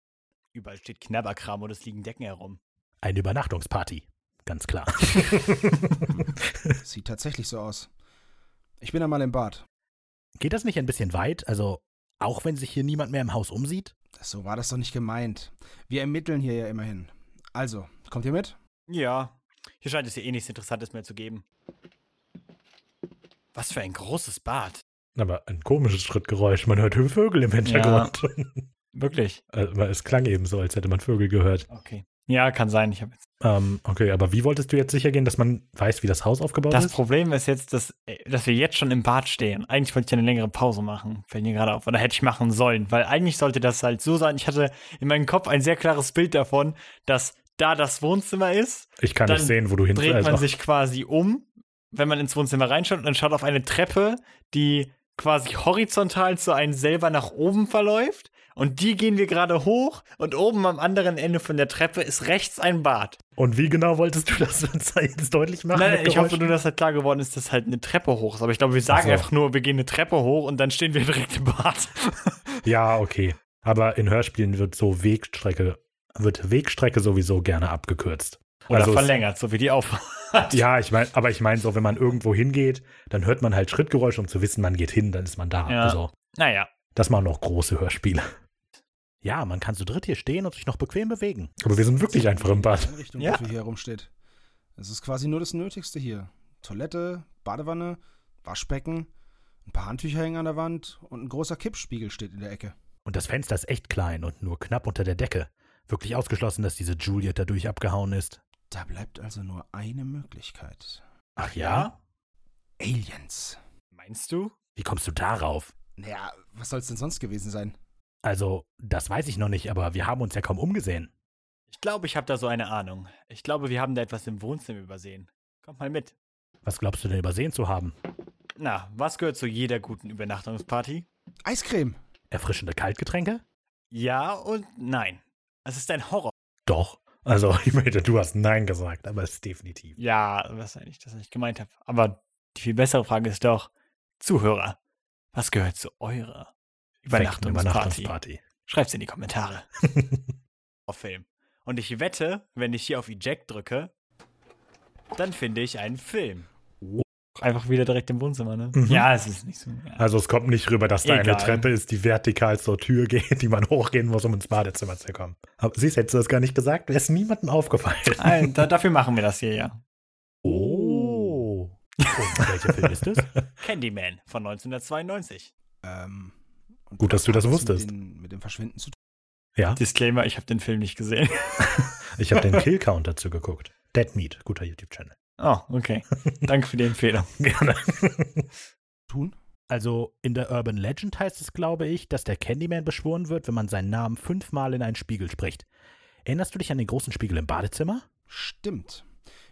Speaker 6: Überall steht Knabberkram und es liegen Decken herum.
Speaker 8: Eine Übernachtungsparty. Ganz
Speaker 2: <laughs>
Speaker 8: klar.
Speaker 5: Sieht tatsächlich so aus. Ich bin einmal im Bad.
Speaker 8: Geht das nicht ein bisschen weit? Also, auch wenn sich hier niemand mehr im Haus umsieht?
Speaker 5: So war das doch nicht gemeint. Wir ermitteln hier ja immerhin. Also, kommt ihr mit?
Speaker 6: Ja, hier scheint es ja eh nichts Interessantes mehr zu geben. Was für ein großes Bad.
Speaker 2: Aber ein komisches Schrittgeräusch. Man hört <laughs> Vögel im Hintergrund. <laughs>
Speaker 1: Wirklich?
Speaker 2: Aber es klang eben so, als hätte man Vögel gehört.
Speaker 1: Okay. Ja, kann sein. Ich hab jetzt
Speaker 2: Ähm, okay, aber wie wolltest du jetzt sicher gehen, dass man weiß, wie das Haus aufgebaut
Speaker 1: das
Speaker 2: ist?
Speaker 1: Problem ist jetzt, dass, äh, dass wir jetzt schon im Bad stehen. Eigentlich wollte ich eine längere Pause machen, fällt mir gerade auf. Oder hätte ich machen sollen, weil eigentlich sollte das halt so sein. Ich hatte in meinem Kopf ein sehr klares Bild davon, dass da das Wohnzimmer ist,
Speaker 2: Ich kann nicht
Speaker 1: Dann
Speaker 2: sehen, wo du hin
Speaker 1: dreht
Speaker 2: also-
Speaker 1: man sich quasi um, wenn man ins Wohnzimmer reinschaut und dann schaut auf eine Treppe, die quasi horizontal zu einem selber nach oben verläuft. Und die gehen wir gerade hoch und oben am anderen Ende von der Treppe ist rechts ein Bad.
Speaker 2: Und wie genau wolltest du das <laughs> uns jetzt deutlich machen?
Speaker 1: Nein,
Speaker 2: mit
Speaker 1: nein, ich hoffe
Speaker 2: Geräuschen?
Speaker 1: nur, dass halt klar geworden ist, dass halt eine Treppe hoch ist. Aber ich glaube, wir sagen
Speaker 2: Ach so.
Speaker 1: einfach nur, wir gehen eine Treppe hoch und dann stehen wir direkt im
Speaker 2: <laughs>
Speaker 1: Bad.
Speaker 2: Ja, okay. Aber in Hörspielen wird so Wegstrecke, wird Wegstrecke sowieso gerne abgekürzt.
Speaker 1: Oder
Speaker 2: Also es-
Speaker 1: verlängert, so wie die auf.
Speaker 2: Ja, ich meine, aber ich meine so, wenn man irgendwo hingeht, dann hört man halt Schrittgeräusche, um zu wissen, man geht hin, dann ist man da.
Speaker 1: Ja.
Speaker 2: Also,
Speaker 1: Naja,
Speaker 2: das machen auch große Hörspiele.
Speaker 8: Ja, man kann zu dritt hier stehen und sich noch bequem bewegen.
Speaker 2: Aber wir sind wirklich einfach im Bad.
Speaker 5: Einrichtung,
Speaker 1: Ja.
Speaker 5: wofür hier herumsteht. Es ist quasi nur das Nötigste hier. Toilette, Badewanne, Waschbecken, ein paar Handtücher hängen an der Wand und ein großer Kippspiegel steht in der Ecke.
Speaker 8: Und das Fenster ist echt klein und nur knapp unter der Decke. Wirklich ausgeschlossen, dass diese Juliet dadurch abgehauen ist.
Speaker 5: Da bleibt also nur eine Möglichkeit.
Speaker 8: Ach ja?
Speaker 5: Aliens.
Speaker 1: meinst du?
Speaker 8: Wie kommst du darauf?
Speaker 5: Naja, was soll es denn sonst gewesen sein?
Speaker 8: Also, das weiß ich noch nicht, aber wir haben uns ja kaum umgesehen.
Speaker 6: Ich glaube, ich habe da so eine Ahnung. Ich glaube, wir haben da etwas im Wohnzimmer übersehen. Kommt mal mit.
Speaker 8: Was glaubst du denn übersehen zu haben?
Speaker 6: Na, was gehört zu jeder guten Übernachtungsparty?
Speaker 5: Eiscreme.
Speaker 8: Erfrischende Kaltgetränke?
Speaker 6: Ja und nein. Es ist ein Horror.
Speaker 2: Doch. Also, <laughs> ich meine, du hast Nein gesagt, aber es ist definitiv.
Speaker 1: Ja, was eigentlich das ich gemeint habe. Aber die viel bessere Frage ist doch, Zuhörer, was gehört zu eurer
Speaker 2: Perfekte
Speaker 1: Übernachtungsparty? Schreibt's in die Kommentare. <laughs>
Speaker 6: auf Film. Und ich wette, wenn ich hier auf Eject drücke, dann finde ich einen Film.
Speaker 1: Einfach wieder direkt im Wohnzimmer, ne?
Speaker 2: Mhm.
Speaker 1: Ja, es ist nicht so. Ja.
Speaker 2: Also, es kommt nicht rüber, dass da eine
Speaker 1: Egal.
Speaker 2: Treppe ist, die vertikal zur Tür geht, die man <laughs> hochgehen muss, um ins Badezimmer zu kommen. Aber siehst, hättest du das gar nicht gesagt, wäre es
Speaker 1: <laughs>
Speaker 2: niemandem aufgefallen.
Speaker 1: Nein, da, dafür machen wir das hier, ja.
Speaker 8: Oh. Und welcher Film ist
Speaker 1: <laughs>
Speaker 8: es?
Speaker 6: Candyman von 1992.
Speaker 5: Ähm, und
Speaker 2: Gut, dass du das
Speaker 5: hat mit
Speaker 2: wusstest.
Speaker 5: den- Mit dem Verschwinden zu tun.
Speaker 2: Ja,
Speaker 1: Disclaimer, ich habe den Film nicht
Speaker 2: <laughs>
Speaker 1: gesehen.
Speaker 2: ich habe den Killcount dazu geguckt. Dead Meat, guter YouTube-Channel.
Speaker 1: Oh, <laughs> okay. Danke für die Empfehlung.
Speaker 2: Gerne.
Speaker 5: tun?
Speaker 8: Also in der Urban Legend heißt es, glaube ich, dass der Candyman beschworen wird, wenn man seinen Namen fünfmal in einen Spiegel spricht. Erinnerst du dich an den großen Spiegel im Badezimmer?
Speaker 5: Stimmt.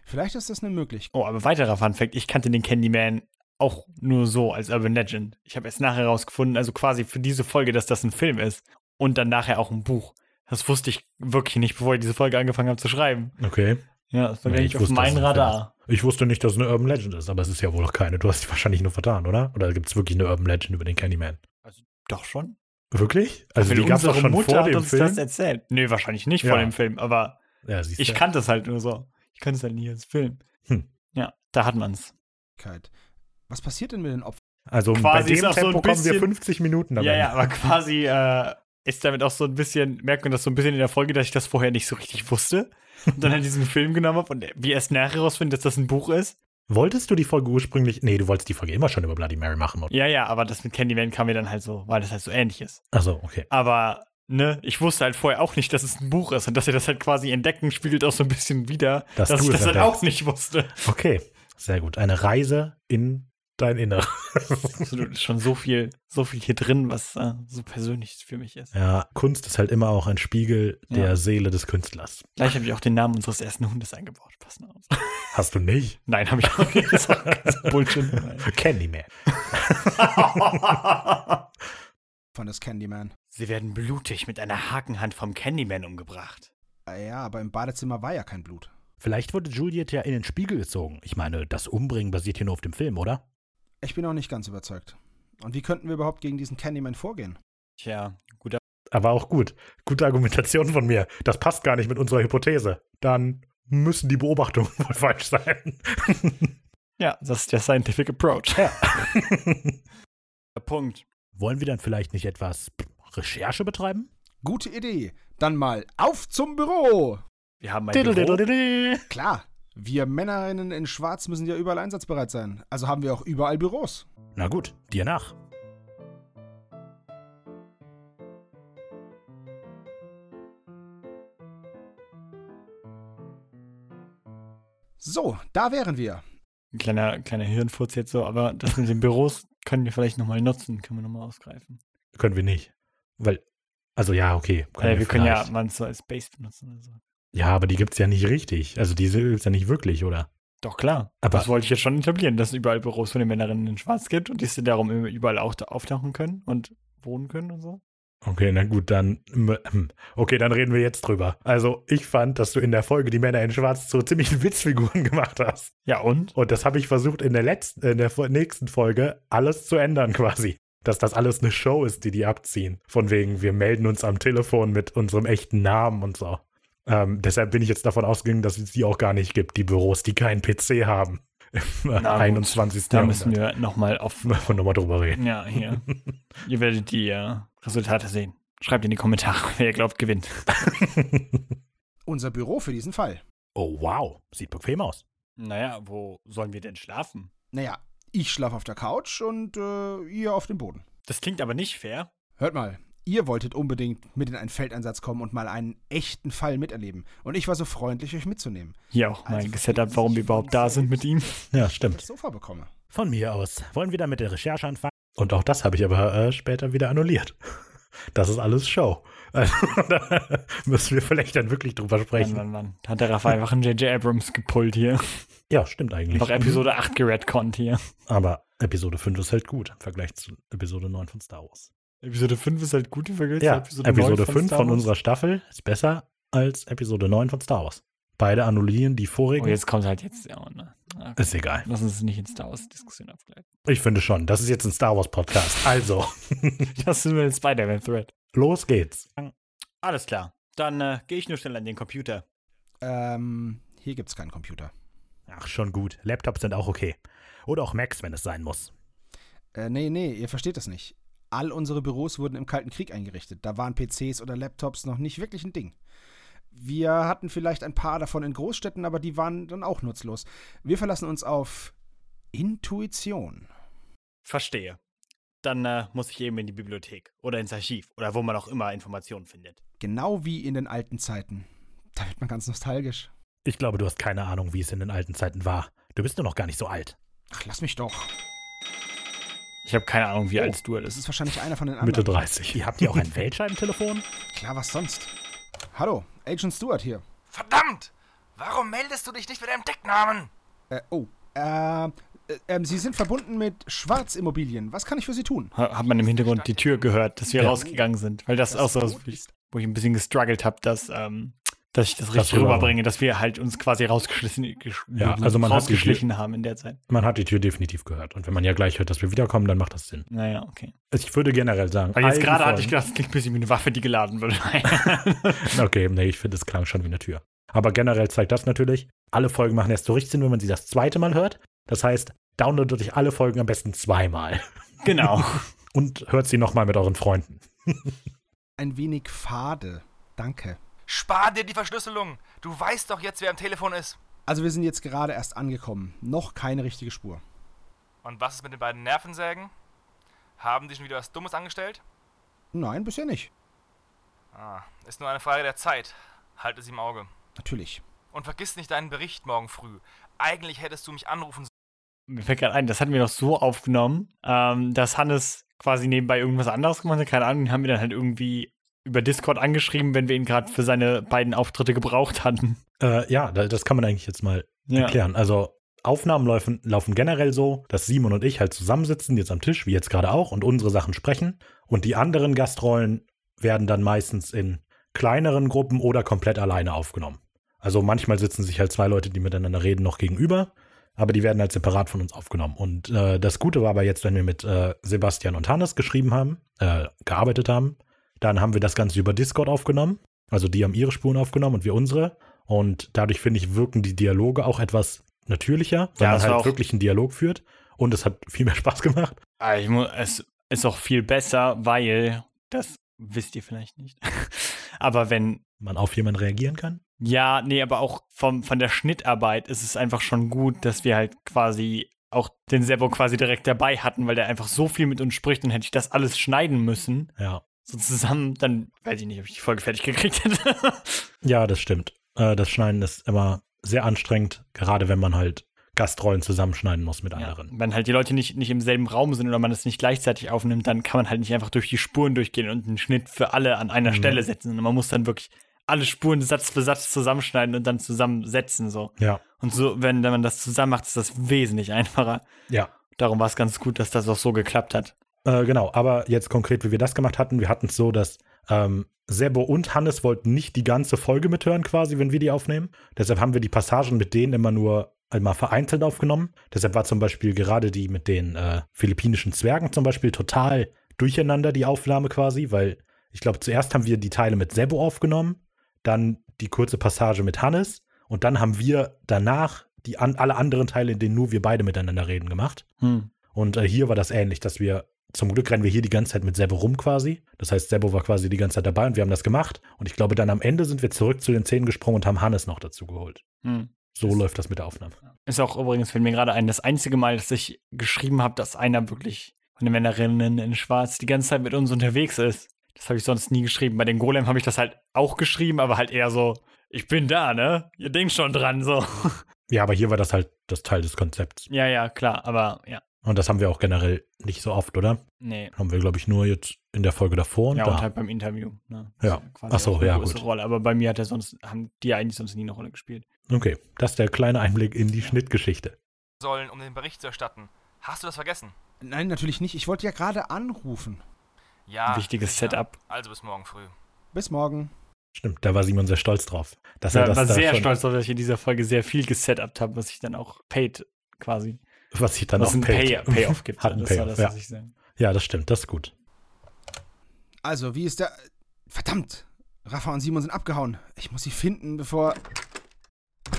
Speaker 5: Vielleicht ist das eine Möglichkeit.
Speaker 1: Oh, aber weiterer Fun Fact, ich kannte den Candyman auch nur so als Urban Legend. Ich habe erst nachher herausgefunden, also quasi für diese Folge, dass das ein Film ist und dann nachher auch ein Buch. Das wusste ich wirklich nicht, bevor ich diese Folge angefangen habe zu schreiben.
Speaker 2: Okay.
Speaker 1: Ja, das war
Speaker 2: Nee,
Speaker 1: gar
Speaker 2: ich
Speaker 1: nicht auf
Speaker 2: wusste, dass
Speaker 1: mein
Speaker 2: es ein Film
Speaker 1: Radar.
Speaker 2: Ich wusste nicht, dass es eine Urban Legend ist, aber es ist ja wohl auch keine. Du hast dich wahrscheinlich nur vertan, oder? Oder gibt es wirklich eine Urban Legend über den Candyman?
Speaker 1: Doch schon.
Speaker 2: Wirklich? Also
Speaker 1: Weil
Speaker 2: die gab es auch
Speaker 1: unsere
Speaker 2: schon
Speaker 1: Mutter
Speaker 2: vor
Speaker 1: hat
Speaker 2: dem
Speaker 1: uns
Speaker 2: Film.
Speaker 1: das erzählt. Nee, wahrscheinlich nicht vor
Speaker 2: Ja.
Speaker 1: dem Film, aber
Speaker 2: ja, siehst
Speaker 1: ich
Speaker 2: du.
Speaker 1: kannte es halt nur so. Ich kannte es halt nie als Film.
Speaker 2: Hm.
Speaker 1: Ja, da hat man's.
Speaker 5: Was passiert denn mit den Opfern?
Speaker 2: Also bei
Speaker 1: Quasi
Speaker 2: dem
Speaker 1: ist auch
Speaker 2: Tempo
Speaker 1: so ein
Speaker 2: kommen wir
Speaker 1: bisschen-
Speaker 2: 50 Minuten am
Speaker 1: Ja, ja,
Speaker 2: Ende.
Speaker 1: aber quasi äh, ist damit auch so ein bisschen, merkt man das so ein bisschen in der Folge, dass ich das vorher nicht so richtig wusste. Und
Speaker 2: <laughs>
Speaker 1: dann halt diesen Film genommen habe und wie erst nachher herausfinden, dass das ein Buch ist.
Speaker 2: Wolltest du die Folge ursprünglich. Nee, du wolltest die Folge immer schon über Bloody Mary machen. oder?
Speaker 1: Ja, ja, aber das mit Candyman kam mir dann halt so, weil das halt so ähnlich ist.
Speaker 2: Also, okay.
Speaker 1: Aber, ne, ich wusste halt vorher auch nicht, dass es ein Buch ist und dass ihr das halt quasi entdecken, spiegelt auch so ein bisschen wieder,
Speaker 2: Dass
Speaker 1: dass
Speaker 2: du
Speaker 1: ich
Speaker 2: es
Speaker 1: das halt
Speaker 2: entdeckst.
Speaker 1: auch nicht wusste.
Speaker 2: Okay. Sehr gut. Eine Reise in dein Inneres.
Speaker 1: Absolut, ist schon so viel, so viel hier drin, was äh, so persönlich für mich ist.
Speaker 2: Ja, Kunst ist halt immer auch ein Spiegel der
Speaker 1: Ja.
Speaker 2: Seele des Künstlers.
Speaker 1: Gleich habe ich auch den Namen unseres ersten Hundes eingebaut. Pass mal auf.
Speaker 2: Hast du nicht?
Speaker 1: Nein, habe ich auch nicht. Das ist auch ganz Bullshit.
Speaker 8: <laughs>
Speaker 2: Candyman.
Speaker 5: Von das Candyman.
Speaker 6: Sie werden blutig mit einer Hakenhand vom Candyman umgebracht.
Speaker 5: Ah Ja, aber im Badezimmer war ja kein Blut.
Speaker 8: Vielleicht wurde Juliet ja in den Spiegel gezogen. Ich meine, das Umbringen basiert hier nur auf dem Film, oder?
Speaker 5: Ich bin auch nicht ganz überzeugt. Und wie könnten wir überhaupt gegen diesen Candyman vorgehen?
Speaker 6: Tja, guter.
Speaker 2: Aber auch gut. Gute Argumentation von mir. Das passt gar nicht mit unserer Hypothese. Dann müssen die Beobachtungen <laughs> wohl falsch sein.
Speaker 1: Ja, das ist der Scientific Approach.
Speaker 6: Punkt.
Speaker 8: <laughs> Wollen wir dann vielleicht nicht etwas Recherche betreiben?
Speaker 5: Gute Idee. Dann mal auf zum Büro.
Speaker 6: Wir haben ein Büro.
Speaker 2: Diddle-diddle-diddle.
Speaker 5: Klar, wir Männerinnen in Schwarz müssen ja überall einsatzbereit sein. Also haben wir auch überall Büros.
Speaker 8: Na gut, dir nach.
Speaker 5: So, da wären wir.
Speaker 1: Ein kleiner, kleiner Hirnfurz jetzt so, aber das mit den Büros können wir vielleicht nochmal nutzen, können wir nochmal ausgreifen.
Speaker 2: Können wir nicht. Weil, also ja, okay.
Speaker 1: Können wir, können ja
Speaker 2: vielleicht.
Speaker 1: man so als Base benutzen oder so.
Speaker 2: Ja, aber die gibt's ja nicht richtig. Also diese gibt's ja nicht wirklich, oder?
Speaker 1: Doch klar.
Speaker 2: Aber-
Speaker 1: das wollte ich jetzt schon etablieren, dass es überall Büros von den Männerinnen in Schwarz gibt und die sie darum immer überall auch da auftauchen können und wohnen können und so.
Speaker 2: Okay, na gut, dann. hm, Okay, dann reden wir jetzt drüber. Also, ich fand, dass du in der Folge die Männer in Schwarz zu ziemlichen Witzfiguren <laughs> gemacht hast.
Speaker 1: Ja und?
Speaker 2: Und das habe ich versucht, in der letzten, in der fo- nächsten Folge alles zu ändern, <laughs> quasi. Dass das alles eine Show ist, die die abziehen. Von wegen, wir melden uns am Telefon mit unserem echten Namen und so. Ähm, deshalb bin ich jetzt davon ausgegangen, dass es die auch gar nicht gibt, die Büros, die keinen PC haben. <laughs> Im äh,
Speaker 1: Na gut,
Speaker 2: 21.
Speaker 1: Da
Speaker 2: Jahrhundert.
Speaker 1: müssen wir nochmal auf.
Speaker 2: <laughs> Müssen wir nochmal drüber reden.
Speaker 1: Ja,
Speaker 2: <laughs>
Speaker 1: hier. ihr werdet die äh, Resultate sehen. Schreibt in die Kommentare, <laughs> wer ihr glaubt, gewinnt.
Speaker 5: Unser Büro für diesen Fall.
Speaker 8: Oh wow, sieht bequem aus.
Speaker 6: Naja, wo sollen wir denn schlafen?
Speaker 5: Naja, ich schlafe auf der Couch und äh, ihr auf dem Boden.
Speaker 6: Das klingt aber nicht fair.
Speaker 5: Hört mal, ihr wolltet unbedingt mit in einen Feldeinsatz kommen und mal einen echten Fall miterleben. Und ich war so freundlich, euch mitzunehmen.
Speaker 1: Hier auch mein
Speaker 5: Also,
Speaker 1: Setup, warum wir überhaupt da sind mit ihm.
Speaker 2: Ja,
Speaker 5: Dass ich
Speaker 2: stimmt.
Speaker 5: Das Sofa bekomme.
Speaker 8: Von mir aus. Wollen wir dann mit der Recherche anfangen?
Speaker 2: Und auch das habe ich aber äh, später wieder annulliert. <laughs> Das ist alles Show. <laughs> Also, da müssen wir vielleicht dann wirklich drüber
Speaker 1: Mann,
Speaker 2: sprechen.
Speaker 1: Mann, Mann. Da hat der Rafa einfach einen J.J. Abrams gepullt hier.
Speaker 2: Ja, stimmt eigentlich. Mhm.
Speaker 1: Noch Episode 8 geredconnt hier.
Speaker 2: Aber Episode 5 ist halt gut im Vergleich zu Episode 9 von Star Wars.
Speaker 1: Episode 5 ist halt gut im Vergleich
Speaker 2: Ja,
Speaker 1: Episode,
Speaker 2: Episode, 5 von unserer Staffel ist besser als Episode 9 von Star Wars. Beide annullieren die
Speaker 1: Oh,
Speaker 2: vorigen.
Speaker 1: jetzt kommt halt jetzt. Ja, ne? Ah, okay.
Speaker 2: ist egal.
Speaker 1: Lass uns nicht in Star Wars-Diskussion abgleiten.
Speaker 2: Ich finde schon, das ist jetzt ein Star Wars Podcast. Also, <laughs>
Speaker 1: Das sind wir in Spider-Man-Thread.
Speaker 2: los geht's.
Speaker 6: Alles klar. Dann äh, gehe ich nur schnell an den Computer.
Speaker 5: Ähm, hier gibt's keinen Computer.
Speaker 8: Ach, schon gut. Laptops sind auch okay. Oder auch Macs, wenn es sein muss.
Speaker 5: Äh, nee, nee, ihr versteht das nicht. All unsere Büros wurden im Kalten Krieg eingerichtet. Da waren PCs oder Laptops noch nicht wirklich ein Ding. Wir hatten vielleicht ein paar davon in Großstädten, aber die waren dann auch nutzlos. Wir verlassen uns auf Intuition.
Speaker 6: Verstehe. Dann äh, muss ich eben in die Bibliothek oder ins Archiv oder wo man auch immer Informationen findet.
Speaker 5: Genau wie in den alten Zeiten. Da wird man ganz nostalgisch.
Speaker 8: Ich glaube, du hast keine Ahnung, wie es in den alten Zeiten war. Du bist nur noch gar nicht so alt.
Speaker 5: Ach, lass mich doch.
Speaker 1: Ich habe keine Ahnung, wie alt du
Speaker 5: Das
Speaker 1: bist.
Speaker 5: ist wahrscheinlich einer von den anderen.
Speaker 2: Mitte 30.
Speaker 8: Ihr habt ja auch ein Weltscheibentelefon?
Speaker 5: Klar, was sonst? Hallo, Agent Stewart hier.
Speaker 9: Verdammt! Warum meldest du dich nicht mit einem Decknamen?
Speaker 5: Äh, oh. Äh, äh, ähm, Sie sind verbunden mit Schwarzimmobilien. Was kann ich für Sie tun?
Speaker 1: Ha- Hat man im Hintergrund die Tür gehört, dass wir rausgegangen sind. Weil das,
Speaker 5: Das
Speaker 1: auch so,
Speaker 5: Boot
Speaker 1: wo ich,
Speaker 5: ist-
Speaker 1: wo ich ein bisschen gestruggelt habe, dass, ähm, dass ich das richtig
Speaker 2: rüber-
Speaker 1: rüberbringe, dass wir halt uns quasi rausgeschlichen, gesch-
Speaker 2: Ja, also man hat die-
Speaker 1: rausgeschlichen haben in der Zeit.
Speaker 2: Man hat die Tür definitiv gehört. Und wenn man ja gleich hört, dass wir wiederkommen, dann macht das Sinn. Ah,
Speaker 1: Naja, okay.
Speaker 2: Ich würde generell sagen.
Speaker 1: Weil jetzt
Speaker 2: all die
Speaker 1: gerade hatte ich
Speaker 2: Folgen-
Speaker 1: gedacht, das klingt ein bisschen wie eine Waffe, die geladen wird. <laughs>
Speaker 2: <laughs> Okay, nee, ich finde, es klang schon wie eine Tür. Aber generell zeigt das natürlich, alle Folgen machen erst so richtig Sinn, wenn man sie das zweite Mal hört. Das heißt, downloadet euch alle Folgen am besten zweimal. <laughs>
Speaker 1: genau.
Speaker 2: Und hört sie nochmal mit euren Freunden.
Speaker 5: Ein wenig fade. Danke.
Speaker 9: Spar dir die Verschlüsselung! Du weißt doch jetzt, wer am Telefon ist.
Speaker 5: Also wir sind jetzt gerade erst angekommen. Noch keine richtige Spur.
Speaker 9: Und was ist mit den beiden Nervensägen? Haben die schon wieder was Dummes angestellt?
Speaker 5: Nein, bisher nicht.
Speaker 9: Ah, ist nur eine Frage der Zeit. Halte sie im Auge.
Speaker 5: Natürlich.
Speaker 9: Und vergiss nicht deinen Bericht morgen früh. Eigentlich hättest du mich anrufen sollen.
Speaker 1: mir fällt gerade ein, das hatten wir doch so aufgenommen, ähm, dass Hannes quasi nebenbei irgendwas anderes gemacht hat. Keine Ahnung, haben wir dann halt irgendwie über Discord angeschrieben, wenn wir ihn gerade für seine beiden Auftritte gebraucht hatten.
Speaker 2: Äh, ja, da- das kann man eigentlich jetzt mal
Speaker 1: Ja.
Speaker 2: erklären. Also Aufnahmen laufen, laufen generell so, dass Simon und ich halt zusammensitzen, jetzt am Tisch, wie jetzt gerade auch, und unsere Sachen sprechen. Und die anderen Gastrollen werden dann meistens in kleineren Gruppen oder komplett alleine aufgenommen. Also manchmal sitzen sich halt zwei Leute, die miteinander reden, noch gegenüber, aber die werden halt separat von uns aufgenommen. Und äh, das Gute war aber jetzt, wenn wir mit äh, Sebastian und Hannes geschrieben haben, äh, gearbeitet haben, dann haben wir das Ganze über Discord aufgenommen. Also die haben ihre Spuren aufgenommen und wir unsere. Und dadurch, finde ich, wirken die Dialoge auch etwas natürlicher, weil
Speaker 1: Ja,
Speaker 2: man
Speaker 1: das war
Speaker 2: halt
Speaker 1: auch-
Speaker 2: wirklich einen Dialog führt. Und es hat viel mehr <laughs> Spaß gemacht.
Speaker 1: Ah, Ich mu- es ist auch viel besser, weil, das wisst ihr vielleicht nicht, <laughs> aber wenn
Speaker 2: Man auf jemanden reagieren kann.
Speaker 1: Ja, nee, aber auch vom, von der Schnittarbeit ist es einfach schon gut, dass wir halt quasi auch den Servo quasi direkt dabei hatten, weil der einfach so viel mit uns spricht und hätte ich das alles schneiden müssen,
Speaker 2: Ja.
Speaker 1: so zusammen, dann weiß ich nicht, ob ich die Folge fertig gekriegt hätte.
Speaker 2: Ja, das stimmt. Äh, das Schneiden ist immer sehr anstrengend, gerade wenn man halt Gastrollen zusammenschneiden muss mit
Speaker 1: ja,
Speaker 2: anderen.
Speaker 1: wenn halt die Leute nicht, nicht im selben Raum sind oder man das nicht gleichzeitig aufnimmt, dann kann man halt nicht einfach durch die Spuren durchgehen und einen Schnitt für alle an einer
Speaker 2: Mhm.
Speaker 1: Stelle setzen. Und man muss dann wirklich alle Spuren Satz für Satz zusammenschneiden und dann zusammensetzen. So.
Speaker 2: Ja.
Speaker 1: Und so, wenn, wenn man das zusammen macht, ist das wesentlich einfacher.
Speaker 2: Ja.
Speaker 1: Darum war es ganz gut, dass das auch so geklappt hat.
Speaker 2: Äh, genau, aber jetzt konkret, wie wir das gemacht hatten, wir hatten es so, dass ähm, Sebo und Hannes wollten nicht die ganze Folge mithören, quasi, wenn wir die aufnehmen. Deshalb haben wir die Passagen mit denen immer nur einmal vereinzelt aufgenommen. Deshalb war zum Beispiel gerade die mit den äh, philippinischen Zwergen zum Beispiel total durcheinander, die Aufnahme quasi, weil ich glaube, zuerst haben wir die Teile mit Sebo aufgenommen, dann die kurze Passage mit Hannes und dann haben wir danach die an, alle anderen Teile, in denen nur wir beide miteinander reden, gemacht.
Speaker 1: Hm,
Speaker 2: Und äh, hier war das ähnlich, dass wir, zum Glück rennen wir hier die ganze Zeit mit Sebo rum quasi. Das heißt, Sebo war quasi die ganze Zeit dabei und wir haben das gemacht. Und ich glaube, dann am Ende sind wir zurück zu den Szenen gesprungen und haben Hannes noch dazu geholt.
Speaker 1: Hm.
Speaker 2: So
Speaker 1: Das-
Speaker 2: läuft das mit der Aufnahme.
Speaker 1: Ist auch übrigens, fällt mir gerade ein, das einzige Mal, dass ich geschrieben habe, dass einer wirklich von den Männerinnen in Schwarz die ganze Zeit mit uns unterwegs ist. Das habe ich sonst nie geschrieben. Bei den Golem habe ich das halt auch geschrieben, aber halt eher so, ich bin da, ne? Ihr denkt schon dran, so. <laughs>
Speaker 2: Ja, aber hier war das halt das Teil des Konzepts.
Speaker 1: ja, ja, klar, aber ja.
Speaker 2: Und das haben wir auch generell nicht so oft, oder?
Speaker 1: Nee.
Speaker 2: Haben wir, glaube ich, nur jetzt in der Folge davor und
Speaker 1: ja,
Speaker 2: da.
Speaker 1: und halt beim Interview. Ne?
Speaker 2: Ja.
Speaker 1: Quasi
Speaker 2: Ach so,
Speaker 1: auch eine
Speaker 2: ja,
Speaker 1: große
Speaker 2: gut.
Speaker 1: Rolle. Aber bei mir hat er sonst, haben die eigentlich sonst nie eine Rolle gespielt.
Speaker 2: Okay, das ist der kleine Einblick in die Schnittgeschichte.
Speaker 9: sollen, um den Bericht zu erstatten. Hast du das vergessen?
Speaker 5: Nein, natürlich nicht. Ich wollte ja gerade anrufen.
Speaker 9: Ja.
Speaker 1: Wichtiges
Speaker 9: sicher.
Speaker 1: Setup.
Speaker 9: Also bis morgen früh.
Speaker 5: Bis morgen.
Speaker 2: Stimmt, da war Simon sehr stolz drauf. Dass
Speaker 1: Ich
Speaker 2: er Also das
Speaker 1: war
Speaker 2: da
Speaker 1: sehr
Speaker 2: schon,
Speaker 1: stolz darauf, dass ich in dieser Folge sehr viel gesetupt habe, was ich dann auch paid quasi.
Speaker 2: Was sich dann
Speaker 1: was
Speaker 2: auch
Speaker 1: ein Pay
Speaker 2: paid.
Speaker 1: Payoff gibt.
Speaker 2: Hat einen
Speaker 1: das war
Speaker 2: Payoff,
Speaker 1: das,
Speaker 2: ja.
Speaker 1: was ich sagen.
Speaker 2: <laughs> Ja, das stimmt, das ist gut.
Speaker 5: Also, wie ist der. Verdammt! Rafa und Simon sind abgehauen. Ich muss sie finden, bevor.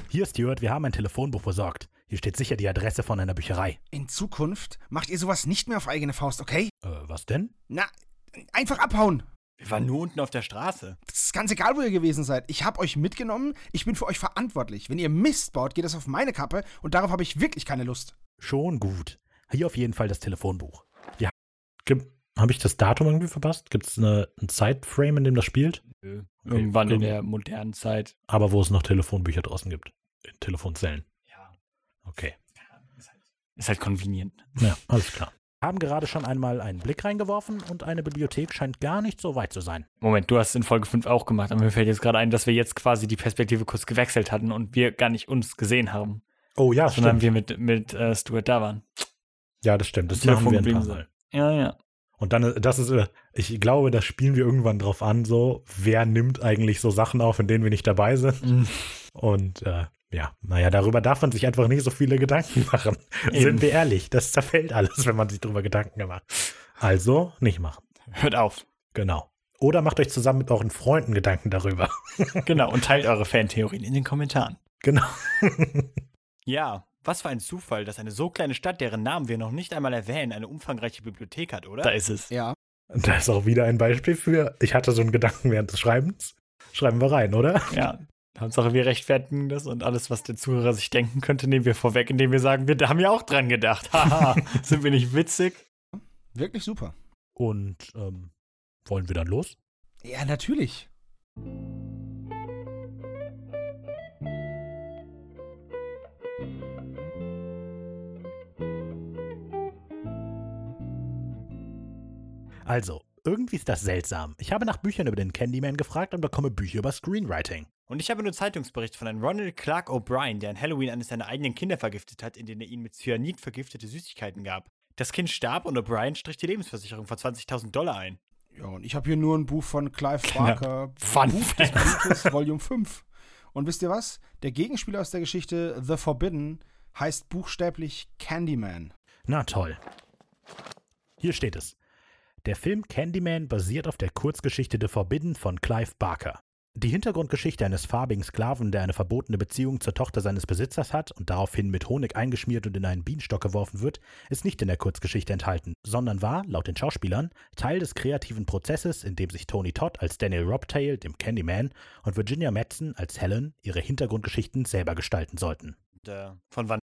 Speaker 8: Hier, Stuart, wir haben ein Telefonbuch besorgt. Hier steht sicher die Adresse von einer Bücherei.
Speaker 5: In Zukunft macht ihr sowas nicht mehr auf eigene Faust, okay?
Speaker 8: Äh, was denn?
Speaker 5: Na, einfach abhauen!
Speaker 6: Wir waren nur unten auf der Straße.
Speaker 5: Das ist ganz egal, wo ihr gewesen seid. Ich hab euch mitgenommen, ich bin für euch verantwortlich. Wenn ihr Mist baut, geht das auf meine Kappe und darauf habe ich wirklich keine Lust.
Speaker 8: Schon gut. Hier auf jeden Fall das Telefonbuch.
Speaker 2: Habe ich das Datum irgendwie verpasst? Gibt es einen Zeitframe, in dem das spielt?
Speaker 1: Irgendwann in
Speaker 2: irgend-
Speaker 1: der modernen Zeit.
Speaker 2: Aber wo es noch Telefonbücher draußen gibt. In Telefonzellen.
Speaker 1: Ja.
Speaker 2: Okay.
Speaker 1: Ist halt convenient.
Speaker 2: Ja, alles klar.
Speaker 8: Wir haben gerade schon einmal einen Blick reingeworfen und eine Bibliothek scheint gar nicht so weit zu sein.
Speaker 1: Moment, du hast es in Folge 5 auch gemacht, aber mir fällt jetzt gerade ein, dass wir jetzt quasi die Perspektive kurz gewechselt hatten und wir gar nicht uns gesehen haben,
Speaker 2: Oh ja,
Speaker 1: sondern wir mit, mit äh, Stuart da waren.
Speaker 2: Ja, das stimmt. Das
Speaker 1: Am
Speaker 2: machen wir ein
Speaker 1: Telefon
Speaker 2: paar
Speaker 1: geblieben
Speaker 2: Mal.
Speaker 1: Ja, ja.
Speaker 2: Und dann, äh, das ist, äh, ich glaube, da spielen wir irgendwann drauf an, so, wer nimmt eigentlich so Sachen auf, in denen wir nicht dabei sind.
Speaker 1: Mhm.
Speaker 2: Und äh, ja, naja, darüber darf man sich einfach nicht so viele Gedanken <laughs> machen.
Speaker 1: Eben.
Speaker 2: Sind wir ehrlich, das zerfällt alles, wenn man sich darüber Gedanken gemacht. Also, nicht machen.
Speaker 1: Hört auf.
Speaker 2: Genau. Oder macht euch zusammen mit euren Freunden Gedanken darüber. <laughs>
Speaker 1: Genau, und teilt eure Fantheorien in den Kommentaren.
Speaker 2: Genau.
Speaker 6: Ja, was für ein Zufall, dass eine so kleine Stadt, deren Namen wir noch nicht einmal erwähnen, eine umfangreiche Bibliothek hat, oder?
Speaker 1: Da ist es.
Speaker 5: Ja.
Speaker 2: Und da ist auch wieder ein Beispiel für, ich hatte so einen Gedanken während des Schreibens. Schreiben wir rein, oder?
Speaker 1: Ja. Hauptsache, wir rechtfertigen das und alles, was der Zuhörer sich denken könnte, nehmen wir vorweg, indem wir sagen, wir haben ja auch dran gedacht. <laughs> Haha, sind wir nicht witzig?
Speaker 5: Wirklich super.
Speaker 8: Und ähm, wollen wir dann los?
Speaker 5: Ja, natürlich.
Speaker 8: Also, irgendwie ist das seltsam. Ich habe nach Büchern über den Candyman gefragt und bekomme Bücher über Screenwriting.
Speaker 6: Und ich habe nur Zeitungsbericht von einem Ronald Clark O'Brien, der an Halloween eines seiner eigenen Kinder vergiftet hat, indem er ihnen mit Cyanid vergiftete Süßigkeiten gab. Das Kind starb und O'Brien strich die Lebensversicherung von 20.000 Dollar ein.
Speaker 5: Ja, und ich habe hier nur ein Buch von Clive
Speaker 1: Genau.
Speaker 5: Barker,
Speaker 1: Fun
Speaker 5: Buch des Blutes, Volume 5. Und wisst ihr was? Der Gegenspieler aus der Geschichte The Forbidden heißt buchstäblich Candyman.
Speaker 8: Na toll. Hier steht es. Der Film Candyman basiert auf der Kurzgeschichte The Forbidden von Clive Barker. Die Hintergrundgeschichte eines farbigen Sklaven, der eine verbotene Beziehung zur Tochter seines Besitzers hat und daraufhin mit Honig eingeschmiert und in einen Bienenstock geworfen wird, ist nicht in der Kurzgeschichte enthalten, sondern war, laut den Schauspielern, Teil des kreativen Prozesses, in dem sich Tony Todd als Daniel Robtail, dem Candyman, und Virginia Madsen als Helen ihre Hintergrundgeschichten selber gestalten sollten.
Speaker 6: Und, äh, von wann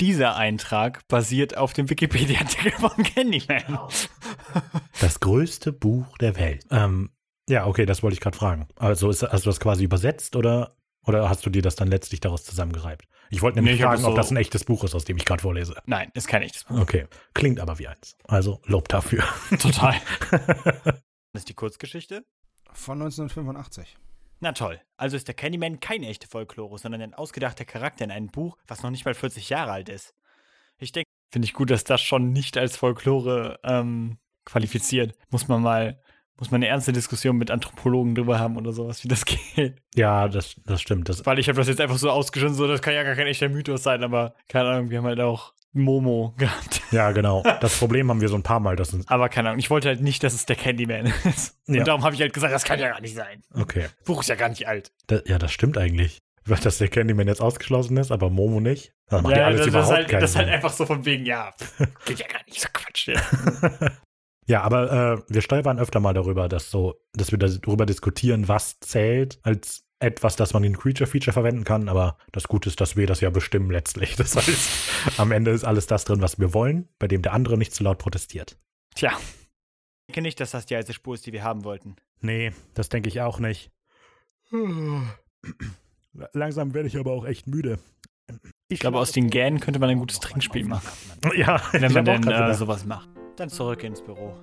Speaker 1: Dieser Eintrag basiert auf dem Wikipedia-Artikel von Candyman.
Speaker 8: Das größte Buch der Welt.
Speaker 2: Ähm, ja, okay, das wollte ich gerade fragen. Also ist, hast du das quasi übersetzt oder, oder hast du dir das dann letztlich daraus zusammengereibt? Ich wollte nämlich
Speaker 1: Nee, ich hab
Speaker 2: fragen,
Speaker 1: das
Speaker 2: ob
Speaker 1: so-
Speaker 2: das ein echtes Buch ist, aus dem ich gerade vorlese.
Speaker 1: Nein, ist kein echtes Buch.
Speaker 2: Okay, klingt aber wie eins. Also Lob dafür.
Speaker 1: Total.
Speaker 6: Das ist die Kurzgeschichte?
Speaker 5: Von 1985.
Speaker 6: Na toll. Also ist der Candyman kein echter Folklore, sondern ein ausgedachter Charakter in einem Buch, was noch nicht mal 40 Jahre alt ist. Ich denke,
Speaker 1: Finde ich gut, dass das schon nicht als Folklore ähm, qualifiziert. Muss man mal, muss man eine ernste Diskussion mit Anthropologen drüber haben oder sowas, wie das <laughs> geht.
Speaker 2: Ja, das, das stimmt. Das,
Speaker 1: Weil ich habe das jetzt einfach so ausgeschnitten, so das kann ja gar kein echter Mythos sein, aber keine Ahnung, wir haben halt auch Momo <laughs> gehabt.
Speaker 2: ja, genau. Das Problem haben wir so ein paar Mal. Das ist,
Speaker 1: Aber keine Ahnung, ich wollte halt nicht, dass es der Candyman <laughs> ist. Und
Speaker 2: Ja.
Speaker 1: darum habe ich halt gesagt, das kann ja gar nicht sein.
Speaker 2: okay.
Speaker 1: Buch ist ja gar nicht alt.
Speaker 2: Da, ja, das stimmt eigentlich. Weil Dass der Candyman jetzt ausgeschlossen ist, aber Momo nicht. Das macht ja, alles
Speaker 1: das, das,
Speaker 2: überhaupt
Speaker 1: ist halt,
Speaker 2: keinen
Speaker 1: das ist halt
Speaker 2: Sinn.
Speaker 1: einfach so von wegen, ja, pff, geht ja gar nicht, so Quatsch.
Speaker 6: <laughs>
Speaker 1: Ja.
Speaker 2: Ja, aber äh, wir stolpern öfter mal darüber, dass so, dass wir darüber diskutieren, was zählt als etwas, das man in Creature Feature verwenden kann. Aber das Gute ist, dass wir das ja bestimmen letztlich. <laughs> Das heißt, am Ende ist alles das drin, was wir wollen, bei dem der andere nicht zu laut protestiert.
Speaker 6: ich denke nicht, dass das die alte Spur ist, die wir haben wollten.
Speaker 2: Nee, das denke ich auch nicht. Hm. Langsam werde ich aber auch echt müde.
Speaker 1: Ich glaube, aus den Gähnen könnte man ein gutes Trinkspiel machen,
Speaker 2: <laughs> Ja,
Speaker 1: <laughs>
Speaker 2: ich
Speaker 1: wenn
Speaker 2: hab auch
Speaker 1: man denn
Speaker 2: grad
Speaker 1: äh,
Speaker 2: gedacht.
Speaker 1: sowas macht.
Speaker 6: Dann zurück ins Büro.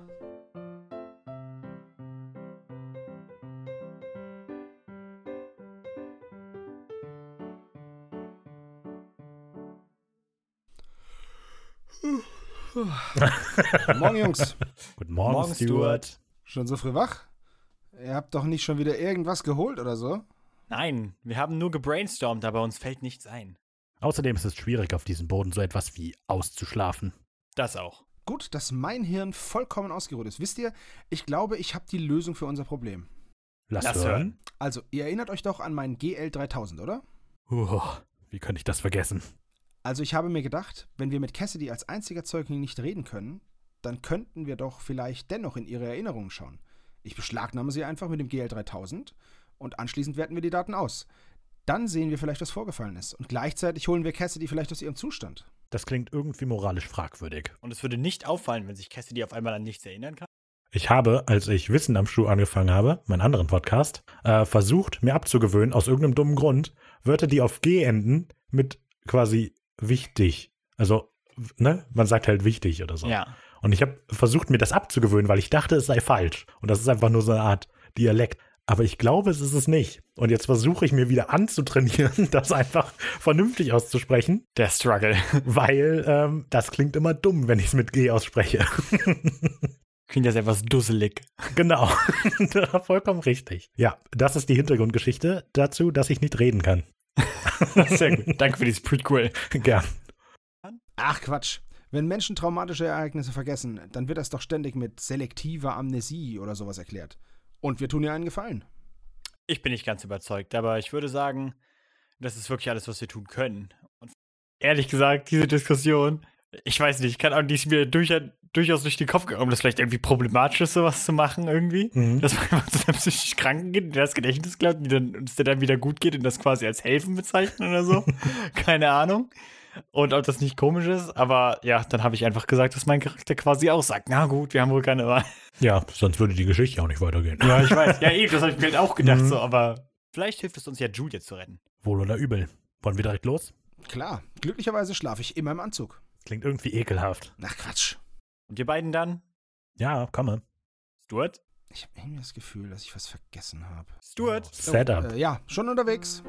Speaker 6: <laughs>
Speaker 5: Morgen, Jungs.
Speaker 2: Guten Morgen,
Speaker 6: Morgen,
Speaker 2: Stuart.
Speaker 6: Stuart.
Speaker 5: Schon so früh wach? Ihr habt doch nicht schon wieder irgendwas geholt oder so?
Speaker 6: Nein, wir haben nur gebrainstormt, aber uns fällt nichts ein.
Speaker 8: Außerdem ist es schwierig, auf diesem Boden so etwas wie auszuschlafen.
Speaker 6: Das auch.
Speaker 5: Gut, dass mein Hirn vollkommen ausgeruht ist. Wisst ihr, ich glaube, ich habe die Lösung für unser Problem.
Speaker 8: Lass,
Speaker 6: Lass
Speaker 8: hören.
Speaker 5: Also, ihr erinnert euch doch an meinen GL3000, oder?
Speaker 2: Oh,
Speaker 8: Uah, wie könnte ich das vergessen?
Speaker 5: Also ich habe mir gedacht, wenn wir mit Cassidy als einziger Zeugling nicht reden können, dann könnten wir doch vielleicht dennoch in ihre Erinnerungen schauen. Ich beschlagnahme sie einfach mit dem GL3000 und anschließend werten wir die Daten aus. Dann sehen wir vielleicht, was vorgefallen ist. Und gleichzeitig holen wir Cassidy vielleicht aus ihrem Zustand.
Speaker 8: Das klingt irgendwie moralisch fragwürdig.
Speaker 6: Und es würde nicht auffallen, wenn sich Cassidy auf einmal an nichts erinnern kann.
Speaker 2: Ich habe, als ich Wissen am Schuh angefangen habe, meinen anderen Podcast, äh, versucht, mir abzugewöhnen, aus irgendeinem dummen Grund, Wörter, die auf G enden, mit quasi wichtig. Also, w- ne? Man sagt halt wichtig oder so.
Speaker 1: Ja.
Speaker 2: Und ich habe versucht, mir das abzugewöhnen, weil ich dachte, es sei falsch. Und das ist einfach nur so eine Art Dialekt. Aber ich glaube, es ist es nicht. Und jetzt versuche ich mir wieder anzutrainieren, <laughs> das einfach vernünftig auszusprechen,
Speaker 1: Der Struggle. <laughs>
Speaker 2: weil ähm, das klingt immer dumm, wenn ich es mit G ausspreche. <laughs>
Speaker 1: Klingt jetzt etwas dusselig.
Speaker 2: Genau, <laughs> vollkommen richtig. Ja, das ist die Hintergrundgeschichte dazu, dass ich nicht reden kann. <laughs>
Speaker 1: Sehr gut. Danke für dieses Prequel.
Speaker 2: Gern.
Speaker 5: Ach Quatsch. Wenn Menschen traumatische Ereignisse vergessen, dann wird das doch ständig mit selektiver Amnesie oder sowas erklärt. Und wir tun ihr einen Gefallen.
Speaker 6: Ich bin nicht ganz überzeugt, aber ich würde sagen, das ist wirklich alles, was wir tun können. Und
Speaker 1: Ehrlich gesagt, diese Diskussion, ich weiß nicht, kann auch die ist mir durch, durchaus durch den Kopf gekommen, das vielleicht irgendwie problematisch ist, sowas zu machen irgendwie. Dass man <laughs> einfach zu einem psychisch Kranken geht, der das Gedächtnis glaubt, die dann, und es der dann wieder gut geht und das quasi als helfen bezeichnen oder <laughs> so. Keine Ahnung. Und ob das nicht komisch ist, aber ja, dann habe ich einfach gesagt, dass mein Charakter quasi auch sagt, na gut, wir haben wohl keine Wahl.
Speaker 2: Ja, sonst würde die Geschichte auch nicht weitergehen.
Speaker 1: Ja,
Speaker 2: <laughs>
Speaker 1: ich weiß. Ja, eben, das habe ich mir halt auch gedacht, so, aber
Speaker 6: vielleicht hilft es uns ja, Julia zu retten.
Speaker 8: Wohl oder übel. Wollen wir direkt los?
Speaker 5: Klar, glücklicherweise schlafe ich immer im Anzug.
Speaker 8: Klingt irgendwie ekelhaft.
Speaker 5: Ach Quatsch.
Speaker 6: Und ihr beiden dann?
Speaker 8: Ja, komme.
Speaker 1: Stuart?
Speaker 5: Ich habe irgendwie das Gefühl, dass ich was vergessen habe.
Speaker 1: Stuart?
Speaker 2: Setup.
Speaker 5: Äh, ja, schon unterwegs.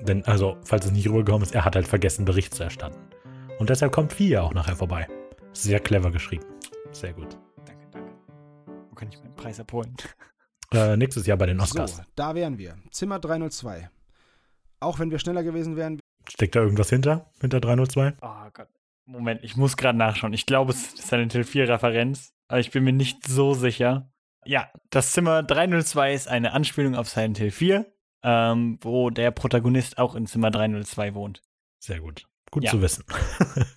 Speaker 2: Denn, also, falls es nicht rübergekommen ist, er hat halt vergessen, Bericht zu erstatten. Und deshalb kommt Fia auch nachher vorbei. Sehr clever geschrieben. Sehr gut.
Speaker 1: Oh, Danke, danke. Wo kann ich meinen Preis abholen? <laughs>
Speaker 2: Äh, nächstes Jahr bei den Oscars.
Speaker 5: So, da wären wir. Zimmer 302. Auch wenn wir schneller gewesen wären,
Speaker 2: Steckt da irgendwas hinter? Hinter 302?
Speaker 1: Oh Gott. Moment, ich muss gerade nachschauen. Ich glaube, es ist eine Till 4-Referenz, aber ich bin mir nicht so sicher. Ja, das Zimmer 302 ist eine Anspielung auf Silent Hill 4, ähm, wo der Protagonist auch in Zimmer 302 wohnt.
Speaker 2: Sehr gut. Gut
Speaker 1: Ja.
Speaker 2: zu wissen.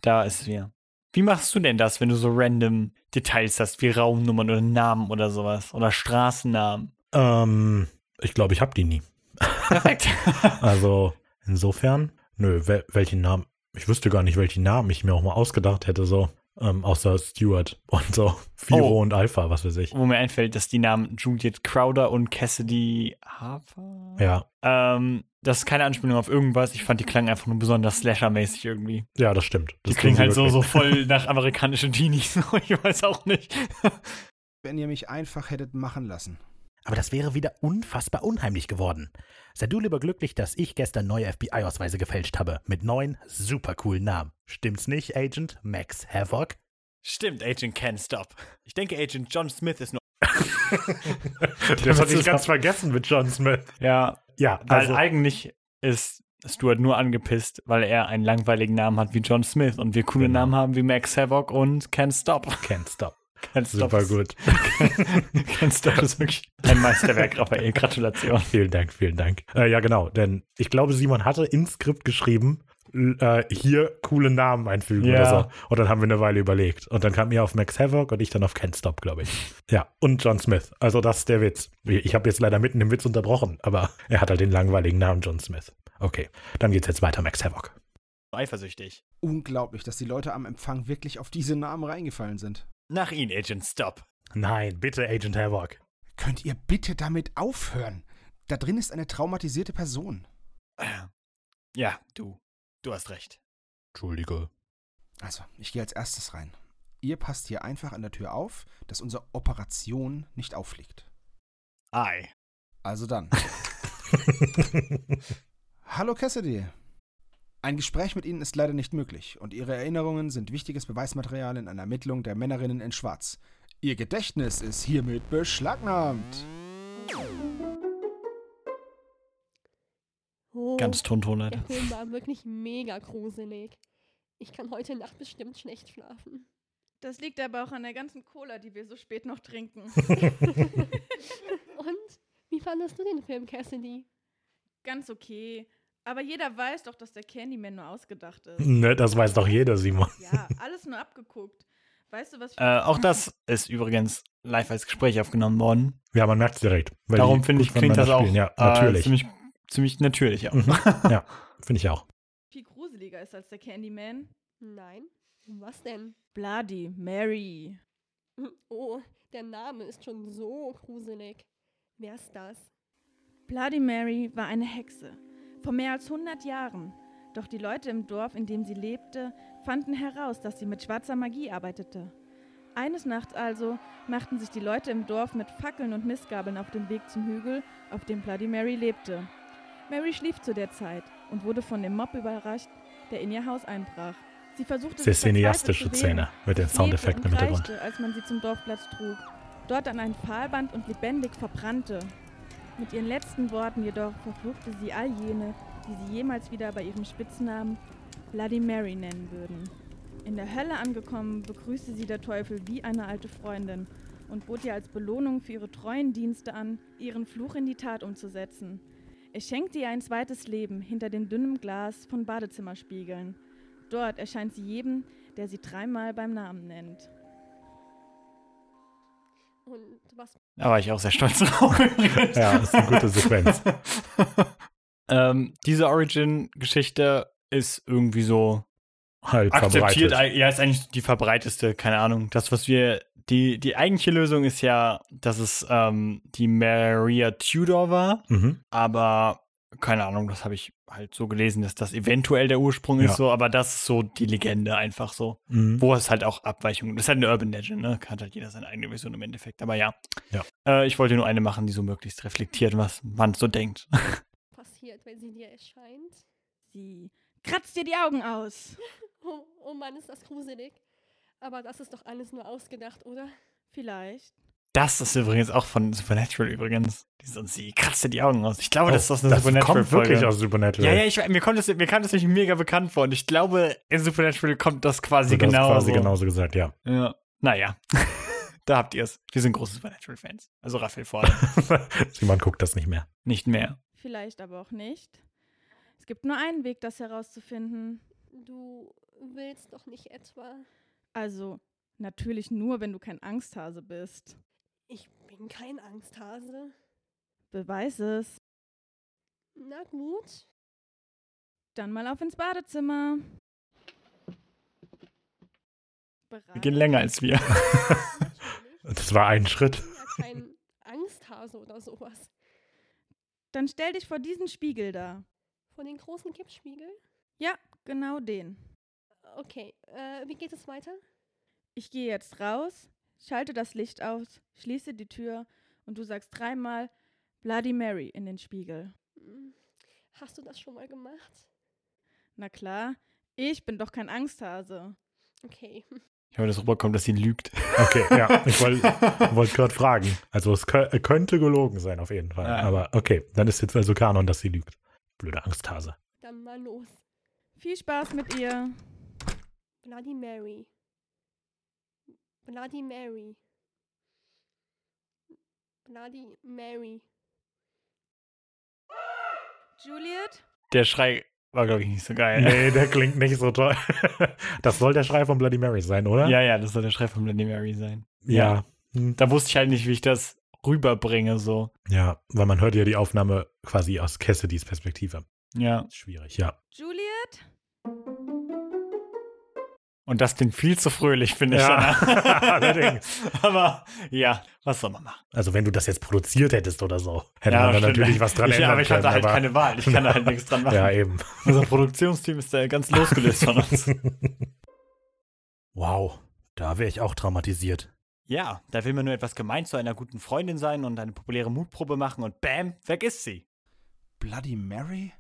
Speaker 1: Da ist wir. Wie machst du denn das, wenn du so random Details hast, wie Raumnummern oder Namen oder sowas? Oder <laughs> Straßennamen?
Speaker 2: ähm, ich glaube, ich habe die nie.
Speaker 1: Perfekt.
Speaker 2: Also, insofern, nö, wel welchen Namen? Ich wüsste gar nicht, welchen Namen ich mir auch mal ausgedacht hätte, so. Ähm, außer Stuart und so. Firo
Speaker 1: Oh.
Speaker 2: und Alpha, was weiß ich.
Speaker 1: wo mir einfällt, dass die Namen Juliet Crowder und Cassidy Harper.
Speaker 2: Ja.
Speaker 1: Ähm, das ist keine Anspielung auf irgendwas. Ich fand, die klangen einfach nur besonders slasher-mäßig irgendwie.
Speaker 2: Ja, das stimmt. Das
Speaker 1: Die klingen halt so,
Speaker 2: wirklich.
Speaker 1: so
Speaker 2: <laughs>
Speaker 1: voll nach amerikanischen Teenies. <laughs> ich weiß auch nicht.
Speaker 5: wenn ihr mich einfach hättet machen lassen.
Speaker 10: Aber das wäre wieder unfassbar unheimlich geworden. Sei du lieber glücklich, dass ich gestern neue FBI-Ausweise gefälscht habe. Mit neun super coolen Namen. Stimmt's nicht, Agent Max Havoc?
Speaker 1: Stimmt, Agent Can Stop. Ich denke, Agent John Smith ist nur.
Speaker 2: Das hatte ich ganz vergessen mit John Smith.
Speaker 1: Ja,
Speaker 2: Ja,
Speaker 1: weil
Speaker 2: also
Speaker 1: eigentlich ist Stuart nur angepisst, weil er einen langweiligen Namen hat wie John Smith und wir coole
Speaker 2: Genau.
Speaker 1: Namen haben wie Max Havoc und Can Stop. <laughs>
Speaker 2: can't stop.
Speaker 1: Can Stop
Speaker 2: Super
Speaker 1: ist-
Speaker 2: gut.
Speaker 1: Can Stop ist wirklich ein Meisterwerk, Raphael. Gratulation.
Speaker 2: Vielen Dank, vielen Dank. Äh, ja, genau, denn ich glaube, Simon hatte ins Skript geschrieben, l- äh, hier coole Namen einfügen
Speaker 1: Ja.
Speaker 2: oder so. Und dann haben wir eine Weile überlegt. Und dann kam ihr auf Max Havoc und ich dann auf Can't
Speaker 1: <laughs>
Speaker 2: Stop, glaube ich. Ja, und John Smith. Also das ist der Witz. Ich habe jetzt leider mitten im Witz unterbrochen, aber er hat halt den langweiligen Namen John Smith. Okay, dann geht's jetzt weiter, Max Havoc.
Speaker 1: Eifersüchtig.
Speaker 5: Unglaublich, dass die Leute am Empfang wirklich auf diese Namen reingefallen sind.
Speaker 1: Nach ihn, Agent Stop.
Speaker 2: Nein, bitte Agent Havoc.
Speaker 5: Könnt ihr bitte damit aufhören? Da drin ist eine traumatisierte Person.
Speaker 1: <clears throat> Ja, du. Du hast recht.
Speaker 2: Entschuldige.
Speaker 5: Also, ich gehe als erstes rein. Ihr passt hier einfach an der Tür auf, dass unsere Operation nicht auffliegt.
Speaker 1: Ei.
Speaker 5: Also dann. Hallo Cassidy. Ein Gespräch mit Ihnen ist leider nicht möglich und Ihre Erinnerungen sind wichtiges Beweismaterial in einer Ermittlung der Männerinnen in Schwarz. Ihr Gedächtnis ist hiermit beschlagnahmt.
Speaker 11: Oh,
Speaker 1: Ganz tontonert.
Speaker 11: Der Film war wirklich mega gruselig. Ich kann heute Nacht bestimmt schlecht schlafen.
Speaker 4: Das liegt aber auch an der ganzen Cola, die wir so spät noch trinken.
Speaker 11: Und wie fandest du den Film, Cassidy?
Speaker 4: Ganz okay. Aber jeder weiß doch, dass der Candyman nur ausgedacht
Speaker 2: <laughs>
Speaker 4: ist.
Speaker 2: Ne, das weiß doch jeder, Simon.
Speaker 4: Ja, alles nur abgeguckt. Weißt du, was ich
Speaker 1: Äh, auch das ist übrigens live als Gespräch aufgenommen worden.
Speaker 2: Ja, man merkt's direkt. weil
Speaker 1: Darum
Speaker 2: die
Speaker 1: finde ich,
Speaker 2: gut
Speaker 1: klingt das auch
Speaker 2: miteinander spielen. Ja,
Speaker 1: äh,
Speaker 2: natürlich.
Speaker 1: ziemlich, ziemlich natürlich auch.
Speaker 2: Mhm. Ja, finde ich auch.
Speaker 4: viel gruseliger ist als der Candyman?
Speaker 11: Nein. Was denn? <laughs>
Speaker 4: Bloody Mary.
Speaker 11: Oh, der Name ist schon so gruselig. Wer ist das?
Speaker 4: Bloody Mary war eine Hexe. Vor mehr als 100 Jahren. Doch die Leute im Dorf, in dem sie lebte, fanden heraus, dass sie mit schwarzer Magie arbeitete. Eines Nachts also machten sich die Leute im Dorf mit Fackeln und Mistgabeln auf den Weg zum Hügel, auf dem Bloody Mary lebte. Mary schlief zu der Zeit und wurde von dem Mob überrascht, der in ihr Haus einbrach. Sie versuchte
Speaker 2: Sehr
Speaker 4: sich verzweifelt zu
Speaker 2: cineastische
Speaker 4: wehren.
Speaker 2: Szene mit den
Speaker 4: Es lebte
Speaker 2: Soundeffekten im
Speaker 4: und
Speaker 2: Hintergrund.
Speaker 4: kreischte, als man sie zum Dorfplatz trug, dort an ein Pfahlband und lebendig verbrannte. Mit ihren letzten Worten jedoch verfluchte sie all jene, die sie jemals wieder bei ihrem Spitznamen Bloody Mary nennen würden. In der Hölle angekommen, begrüßte sie der Teufel wie eine alte Freundin und bot ihr als Belohnung für ihre treuen Dienste an, ihren Fluch in die Tat umzusetzen. Er schenkte ihr ein zweites Leben hinter dem dünnen Glas von Badezimmerspiegeln. Dort erscheint sie jedem, der sie dreimal beim Namen nennt.
Speaker 11: Und was
Speaker 1: Da war ich auch sehr stolz <laughs> drauf. übrigens.
Speaker 2: Ja, ist eine gute Sequenz.
Speaker 1: ähm, diese Origin-Geschichte ist irgendwie so
Speaker 2: Halt
Speaker 1: akzeptiert.
Speaker 2: verbreitet.
Speaker 1: Ja, ist eigentlich die verbreiteste, keine Ahnung. Das, was wir, die, die eigentliche Lösung ist ja, dass es ähm, die Maria Tudor war.
Speaker 2: Mhm.
Speaker 1: Aber keine Ahnung, das habe ich, halt so gelesen, dass das eventuell der Ursprung
Speaker 2: Ja.
Speaker 1: ist, so, aber das ist so die Legende einfach so.
Speaker 2: Mhm.
Speaker 1: Wo es halt auch Abweichungen, das ist halt eine Urban Legend, ne? Hat halt jeder seine eigene Version im Endeffekt, aber ja.
Speaker 2: Ja.
Speaker 1: Äh, ich wollte nur eine machen, die so möglichst reflektiert, was man so denkt. <laughs>
Speaker 11: Passiert, wenn sie dir erscheint.
Speaker 4: Sie kratzt dir die Augen aus.
Speaker 11: Oh, oh Mann, ist das gruselig. Aber das ist doch alles nur ausgedacht, oder?
Speaker 4: Vielleicht.
Speaker 1: Das ist übrigens auch von Supernatural übrigens. Die sonst, sie kratzt dir die Augen aus. Ich glaube,
Speaker 2: Oh,
Speaker 1: das ist aus einer
Speaker 2: kommt wirklich
Speaker 1: Supernatural-Folge.
Speaker 2: aus Supernatural. Also
Speaker 1: Ja, ja, ich, mir, kommt das, mir kam das nicht mega bekannt vor und ich glaube, in Supernatural kommt das quasi
Speaker 2: Du hast
Speaker 1: genau.
Speaker 2: quasi genauso gesagt, ja.
Speaker 1: Ja. Naja, <laughs> da habt ihr es. Wir sind große Supernatural-Fans. Also Raphael vorne. <laughs>
Speaker 2: Simon guckt das nicht mehr.
Speaker 1: nicht mehr.
Speaker 4: Vielleicht aber auch nicht. Es gibt nur einen Weg, das herauszufinden.
Speaker 11: Du willst doch nicht etwa.
Speaker 4: Also, natürlich nur, wenn du kein Angsthase bist.
Speaker 11: Ich bin kein Angsthase.
Speaker 4: Beweis es.
Speaker 11: Na gut.
Speaker 4: Dann mal auf ins Badezimmer. Bereit?
Speaker 1: Wir gehen länger als wir.
Speaker 11: Wahrscheinlich.
Speaker 2: Das war ein Schritt.
Speaker 11: Ich bin ja kein Angsthase oder sowas.
Speaker 4: Dann stell dich vor diesen Spiegel da.
Speaker 11: Von den großen Kippspiegel?
Speaker 4: Ja, genau den.
Speaker 11: Okay, äh, wie geht es weiter?
Speaker 4: Ich gehe jetzt raus, schalte das Licht aus, schließe die Tür und du sagst dreimal Bloody Mary in den Spiegel.
Speaker 11: Hm. Hast du das schon mal gemacht?
Speaker 4: Na klar, ich bin doch kein Angsthase.
Speaker 11: Okay.
Speaker 1: Ich hoffe, dass rüberkommt, dass sie lügt.
Speaker 2: Okay, ja. Ich wollte wollt gerade fragen. Also es kö könnte gelogen sein, auf jeden Fall.
Speaker 1: Ja.
Speaker 2: Aber okay, dann ist jetzt also Kanon, dass sie lügt. Blöde Angsthase.
Speaker 11: Dann mal los.
Speaker 4: Viel Spaß mit ihr.
Speaker 11: Bloody Mary. Bloody Mary. Bloody Mary.
Speaker 4: Juliet?
Speaker 1: Der Schrei war, glaube ich, nicht so geil.
Speaker 2: Äh, <laughs> Nee, der klingt nicht so toll. Das soll der Schrei von Bloody Mary sein, oder?
Speaker 1: Ja, ja, das soll der Schrei von Bloody Mary sein.
Speaker 2: Ja.
Speaker 1: Da wusste ich halt nicht, wie ich das rüberbringe, so.
Speaker 2: Ja, weil man hört ja die Aufnahme quasi aus Cassidys Perspektive.
Speaker 1: Ja.
Speaker 2: Ist schwierig, ja.
Speaker 4: Juliet?
Speaker 1: Und das klingt viel zu fröhlich, finde ich.
Speaker 2: Ja,
Speaker 1: <laughs> danach.
Speaker 2: allerdings.
Speaker 1: Aber ja, was soll man machen?
Speaker 2: Also wenn du das jetzt produziert hättest oder so, hätte
Speaker 1: ja,
Speaker 2: man dann
Speaker 1: stimmt.
Speaker 2: natürlich was dran
Speaker 1: ich,
Speaker 2: ändern
Speaker 1: Aber ich
Speaker 2: können.
Speaker 1: hatte halt keine Wahl. Ich kann da
Speaker 2: <laughs>
Speaker 1: halt nichts dran machen.
Speaker 2: ja, eben.
Speaker 1: <laughs> Unser Produktionsteam ist da ganz losgelöst von
Speaker 2: <laughs>
Speaker 1: uns.
Speaker 12: Wow, da wäre ich auch traumatisiert.
Speaker 1: Ja, da will man nur etwas gemein zu einer guten Freundin sein und eine populäre Mutprobe machen und bam, weg ist sie.
Speaker 5: Bloody Mary?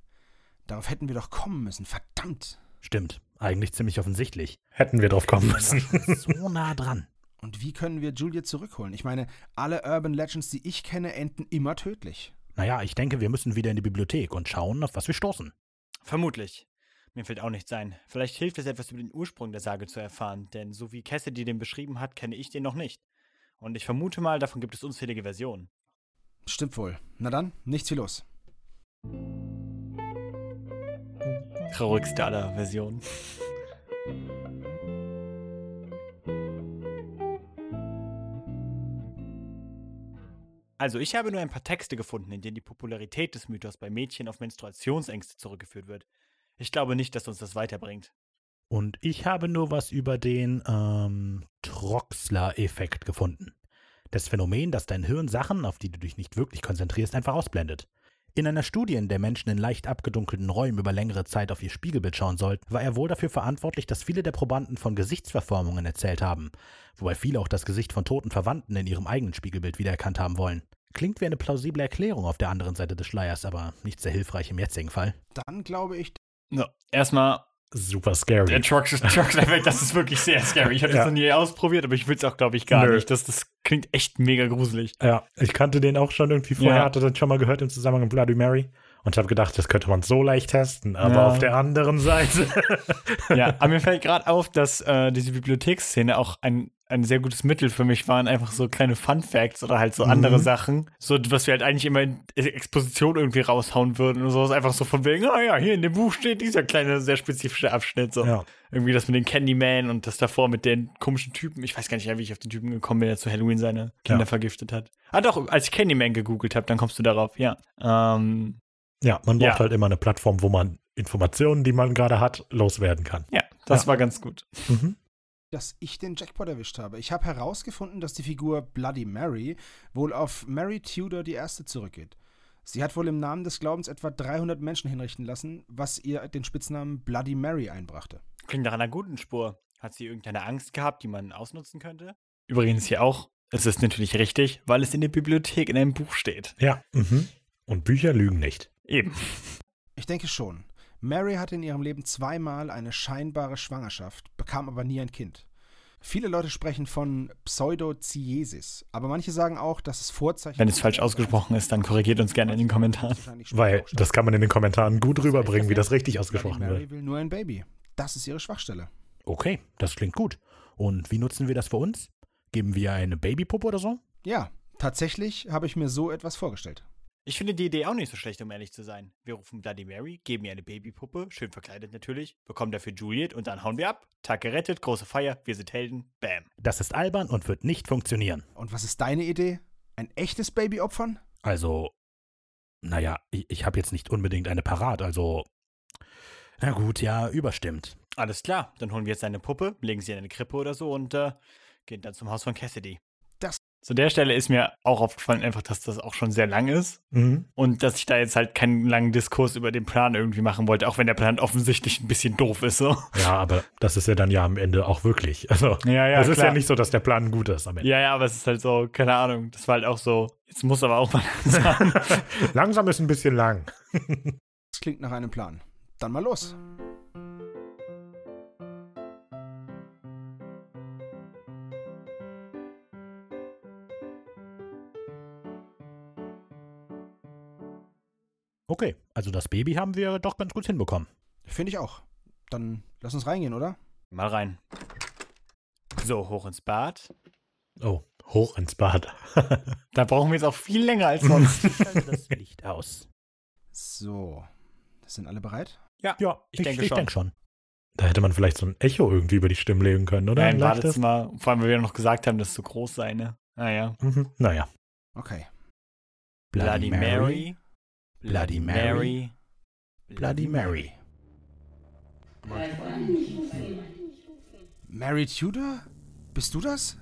Speaker 5: Darauf hätten wir doch kommen müssen, verdammt.
Speaker 12: Stimmt, eigentlich ziemlich offensichtlich.
Speaker 2: Hätten wir drauf kommen müssen.
Speaker 12: So nah dran.
Speaker 5: Und wie können wir Juliet zurückholen? Ich meine, alle Urban Legends, die ich kenne, enden immer tödlich.
Speaker 12: Naja, ich denke, wir müssen wieder in die Bibliothek und schauen, auf was wir stoßen.
Speaker 1: Vermutlich. Mir fällt auch nichts ein. Vielleicht hilft es etwas über den Ursprung der Sage zu erfahren, denn so wie Cassidy den beschrieben hat, kenne ich den noch nicht. Und ich vermute mal, davon gibt es unzählige Versionen.
Speaker 5: Stimmt wohl. Na dann, nichts wie los.
Speaker 1: Traurigste aller Versionen. Also ich habe nur ein paar Texte gefunden, in denen die Popularität des Mythos bei Mädchen auf Menstruationsängste zurückgeführt wird. Ich glaube nicht, dass uns das weiterbringt.
Speaker 12: Und ich habe nur was über den ähm, Troxler-Effekt gefunden. Das Phänomen, dass dein Hirn Sachen, auf die du dich nicht wirklich konzentrierst, einfach ausblendet. In einer Studie, in der Menschen in leicht abgedunkelten Räumen über längere Zeit auf ihr Spiegelbild schauen sollten, war er wohl dafür verantwortlich, dass viele der Probanden von Gesichtsverformungen erzählt haben, wobei viele auch das Gesicht von toten Verwandten in ihrem eigenen Spiegelbild wiedererkannt haben wollen. Klingt wie eine plausible Erklärung auf der anderen Seite des Schleiers, aber nicht sehr hilfreich im jetzigen Fall.
Speaker 5: Dann glaube ich,
Speaker 1: So, erstmal,
Speaker 2: Super scary.
Speaker 1: der Trucks-Effekt, das ist wirklich sehr scary. Ich habe
Speaker 2: Ja.
Speaker 1: das noch nie ausprobiert, aber ich will es auch, glaube ich, gar
Speaker 2: Nö.
Speaker 1: nicht. Das, das klingt echt mega gruselig.
Speaker 2: Ja, ich kannte den auch schon irgendwie vorher,
Speaker 1: Ja.
Speaker 2: hatte den schon mal gehört im Zusammenhang mit Bloody Mary und habe gedacht, das könnte man so leicht testen, aber
Speaker 1: Ja.
Speaker 2: auf der anderen Seite.
Speaker 1: Ja, aber mir fällt gerade auf, dass äh, diese Bibliotheksszene auch ein, ein sehr gutes Mittel für mich waren, einfach so kleine Fun Facts oder halt so
Speaker 2: Mhm.
Speaker 1: andere Sachen, so was wir halt eigentlich immer in Exposition irgendwie raushauen würden und sowas, einfach so von wegen, ah ja, hier in dem Buch steht dieser kleine, sehr spezifische Abschnitt, <laughs> so
Speaker 2: Ja.
Speaker 1: irgendwie das mit den Candyman und das davor mit den komischen Typen, ich weiß gar nicht, wie ich auf den Typen gekommen bin, der zu Halloween seine Kinder
Speaker 2: Ja.
Speaker 1: vergiftet hat. Ah doch, als ich Candyman gegoogelt habe, dann kommst du darauf, ja. Ähm,
Speaker 2: Ja, man braucht
Speaker 1: Ja.
Speaker 2: halt immer eine Plattform, wo man Informationen, die man gerade hat, loswerden kann.
Speaker 1: ja, das
Speaker 2: Ja.
Speaker 1: war ganz gut.
Speaker 2: Mhm.
Speaker 5: dass ich den Jackpot erwischt habe. Ich habe herausgefunden, dass die Figur Bloody Mary wohl auf Mary Tudor die Erste zurückgeht. Sie hat wohl im Namen des Glaubens etwa 300 Menschen hinrichten lassen, was ihr den Spitznamen Bloody Mary einbrachte.
Speaker 1: Klingt nach einer guten Spur. Hat sie irgendeine Angst gehabt, die man ausnutzen könnte? Übrigens hier auch. Es ist natürlich richtig, weil es in der Bibliothek in einem Buch steht.
Speaker 2: Ja, mhm. Und Bücher lügen nicht.
Speaker 1: Eben.
Speaker 5: Ich denke schon. Mary hatte in ihrem Leben zweimal eine scheinbare Schwangerschaft, bekam aber nie ein Kind. Viele Leute sprechen von Pseudoziesis, aber manche sagen auch, dass es Vorzeichen.
Speaker 1: Wenn es falsch ausgesprochen ist, dann korrigiert uns gerne in den Kommentaren.
Speaker 2: Weil das kann man in den Kommentaren gut rüberbringen, wie das richtig ausgesprochen
Speaker 5: Mary
Speaker 2: wird.
Speaker 5: will nur ein Baby. Das ist ihre Schwachstelle.
Speaker 2: Okay, das klingt gut. Und wie nutzen wir das für uns? Geben wir eine Babypuppe oder so?
Speaker 5: Ja, tatsächlich habe ich mir so etwas vorgestellt.
Speaker 1: Ich finde die Idee auch nicht so schlecht, um ehrlich zu sein. Wir rufen Bloody Mary, geben ihr eine Babypuppe, schön verkleidet natürlich, bekommen dafür Juliet und dann hauen wir ab. Tag gerettet, große Feier, wir sind Helden, bam.
Speaker 2: Das ist albern und wird nicht funktionieren.
Speaker 5: Und was ist deine Idee? Ein echtes Baby opfern?
Speaker 2: Also, naja, ich, ich habe jetzt nicht unbedingt eine parat, also. Na gut, ja, überstimmt.
Speaker 1: Alles klar, dann holen wir jetzt eine Puppe, legen sie in eine Krippe oder so und äh, gehen dann zum Haus von Cassidy.
Speaker 5: Das-
Speaker 1: Zu der Stelle ist mir auch aufgefallen, einfach, dass das auch schon sehr lang ist
Speaker 2: Mhm.
Speaker 1: und dass ich da jetzt halt keinen langen Diskurs über den Plan irgendwie machen wollte, auch wenn der Plan offensichtlich ein bisschen doof ist. So.
Speaker 2: Ja, aber das ist ja dann ja am Ende auch wirklich. Also,
Speaker 1: Ja, ja,
Speaker 2: es ist
Speaker 1: klar.
Speaker 2: ja nicht so, dass der Plan gut ist am Ende.
Speaker 1: Ja, ja, aber es ist halt so, keine Ahnung, das war halt auch so, jetzt muss aber auch mal <laughs> sagen.
Speaker 2: <laughs> Langsam ist ein bisschen lang.
Speaker 5: Das klingt nach einem Plan. Dann mal los.
Speaker 2: Okay, also das Baby haben wir doch ganz gut hinbekommen.
Speaker 5: Finde ich auch. Dann lass uns reingehen, oder?
Speaker 1: Mal rein. So, hoch ins Bad.
Speaker 2: Oh, hoch ins Bad.
Speaker 1: Da brauchen wir jetzt auch viel länger als <laughs>
Speaker 2: <laughs>
Speaker 1: sonst.
Speaker 2: Schalte das Licht aus.
Speaker 5: So. Sind alle bereit?
Speaker 2: Ja,
Speaker 1: Ich denke schon.
Speaker 2: denk schon. Da hätte man vielleicht so ein Echo irgendwie über die Stimme legen können, oder?
Speaker 1: Nein,
Speaker 2: Ein leichtes.
Speaker 1: Badezimmer. Vor allem, weil wir noch gesagt haben, dass es zu groß sei, ne? Naja.
Speaker 2: Mhm. Naja.
Speaker 5: Okay.
Speaker 1: Bloody, Mary.
Speaker 2: Bloody Mary, Bloody Mary.
Speaker 5: Mary Tudor? Bist du das?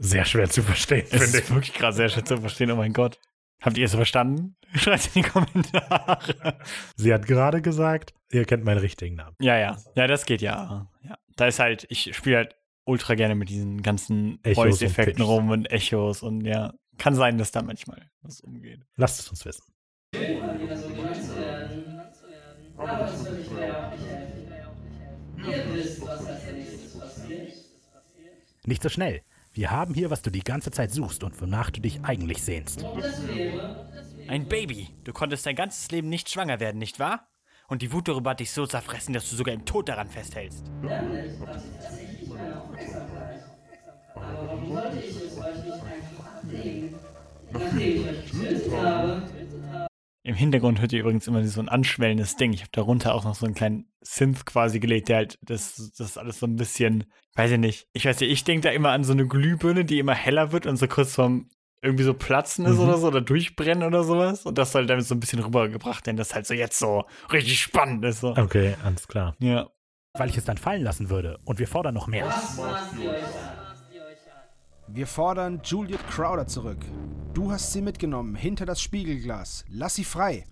Speaker 2: Sehr schwer zu verstehen,
Speaker 1: Es
Speaker 2: finde ich.
Speaker 1: ist wirklich gerade sehr schwer zu verstehen, oh mein Gott. Habt ihr es verstanden? <laughs> Schreibt in die Kommentare.
Speaker 2: Sie hat gerade gesagt, ihr kennt meinen richtigen Namen.
Speaker 1: Ja, ja. Ja, das geht ja. ja. Da ist halt, ich spiele halt ultra gerne mit diesen ganzen
Speaker 2: Echos und
Speaker 1: Voice-Effekten
Speaker 2: Pitches.
Speaker 1: rum und Echos und ja. Kann sein, dass da manchmal was umgeht.
Speaker 2: Lasst es uns wissen. Nicht so schnell. Wir haben hier, was du die ganze Zeit suchst und wonach du dich eigentlich sehnst.
Speaker 1: Ein Baby. Du konntest dein ganzes Leben nicht schwanger werden, nicht wahr? Und die Wut darüber hat dich so zerfressen, dass du sogar im Tod daran festhältst. Im Hintergrund hört ihr übrigens immer so ein anschwellendes Ding. Ich habe darunter auch noch so einen kleinen Synth quasi gelegt, der halt das, das alles so ein bisschen, weiß ich nicht. Ich weiß nicht, ich denke da immer an so eine Glühbirne, die immer heller wird und so kurz vorm irgendwie so platzen ist
Speaker 2: Mhm.
Speaker 1: oder so oder durchbrennen oder sowas. Und das soll damit so ein bisschen rübergebracht werden, dass halt so jetzt so richtig spannend ist. So.
Speaker 2: Okay, alles klar.
Speaker 1: Ja.
Speaker 2: Weil ich es dann fallen lassen würde und wir fordern noch mehr.
Speaker 5: Wir fordern Juliet Crowder zurück. Du hast sie mitgenommen, hinter das Spiegelglas. Lass sie frei.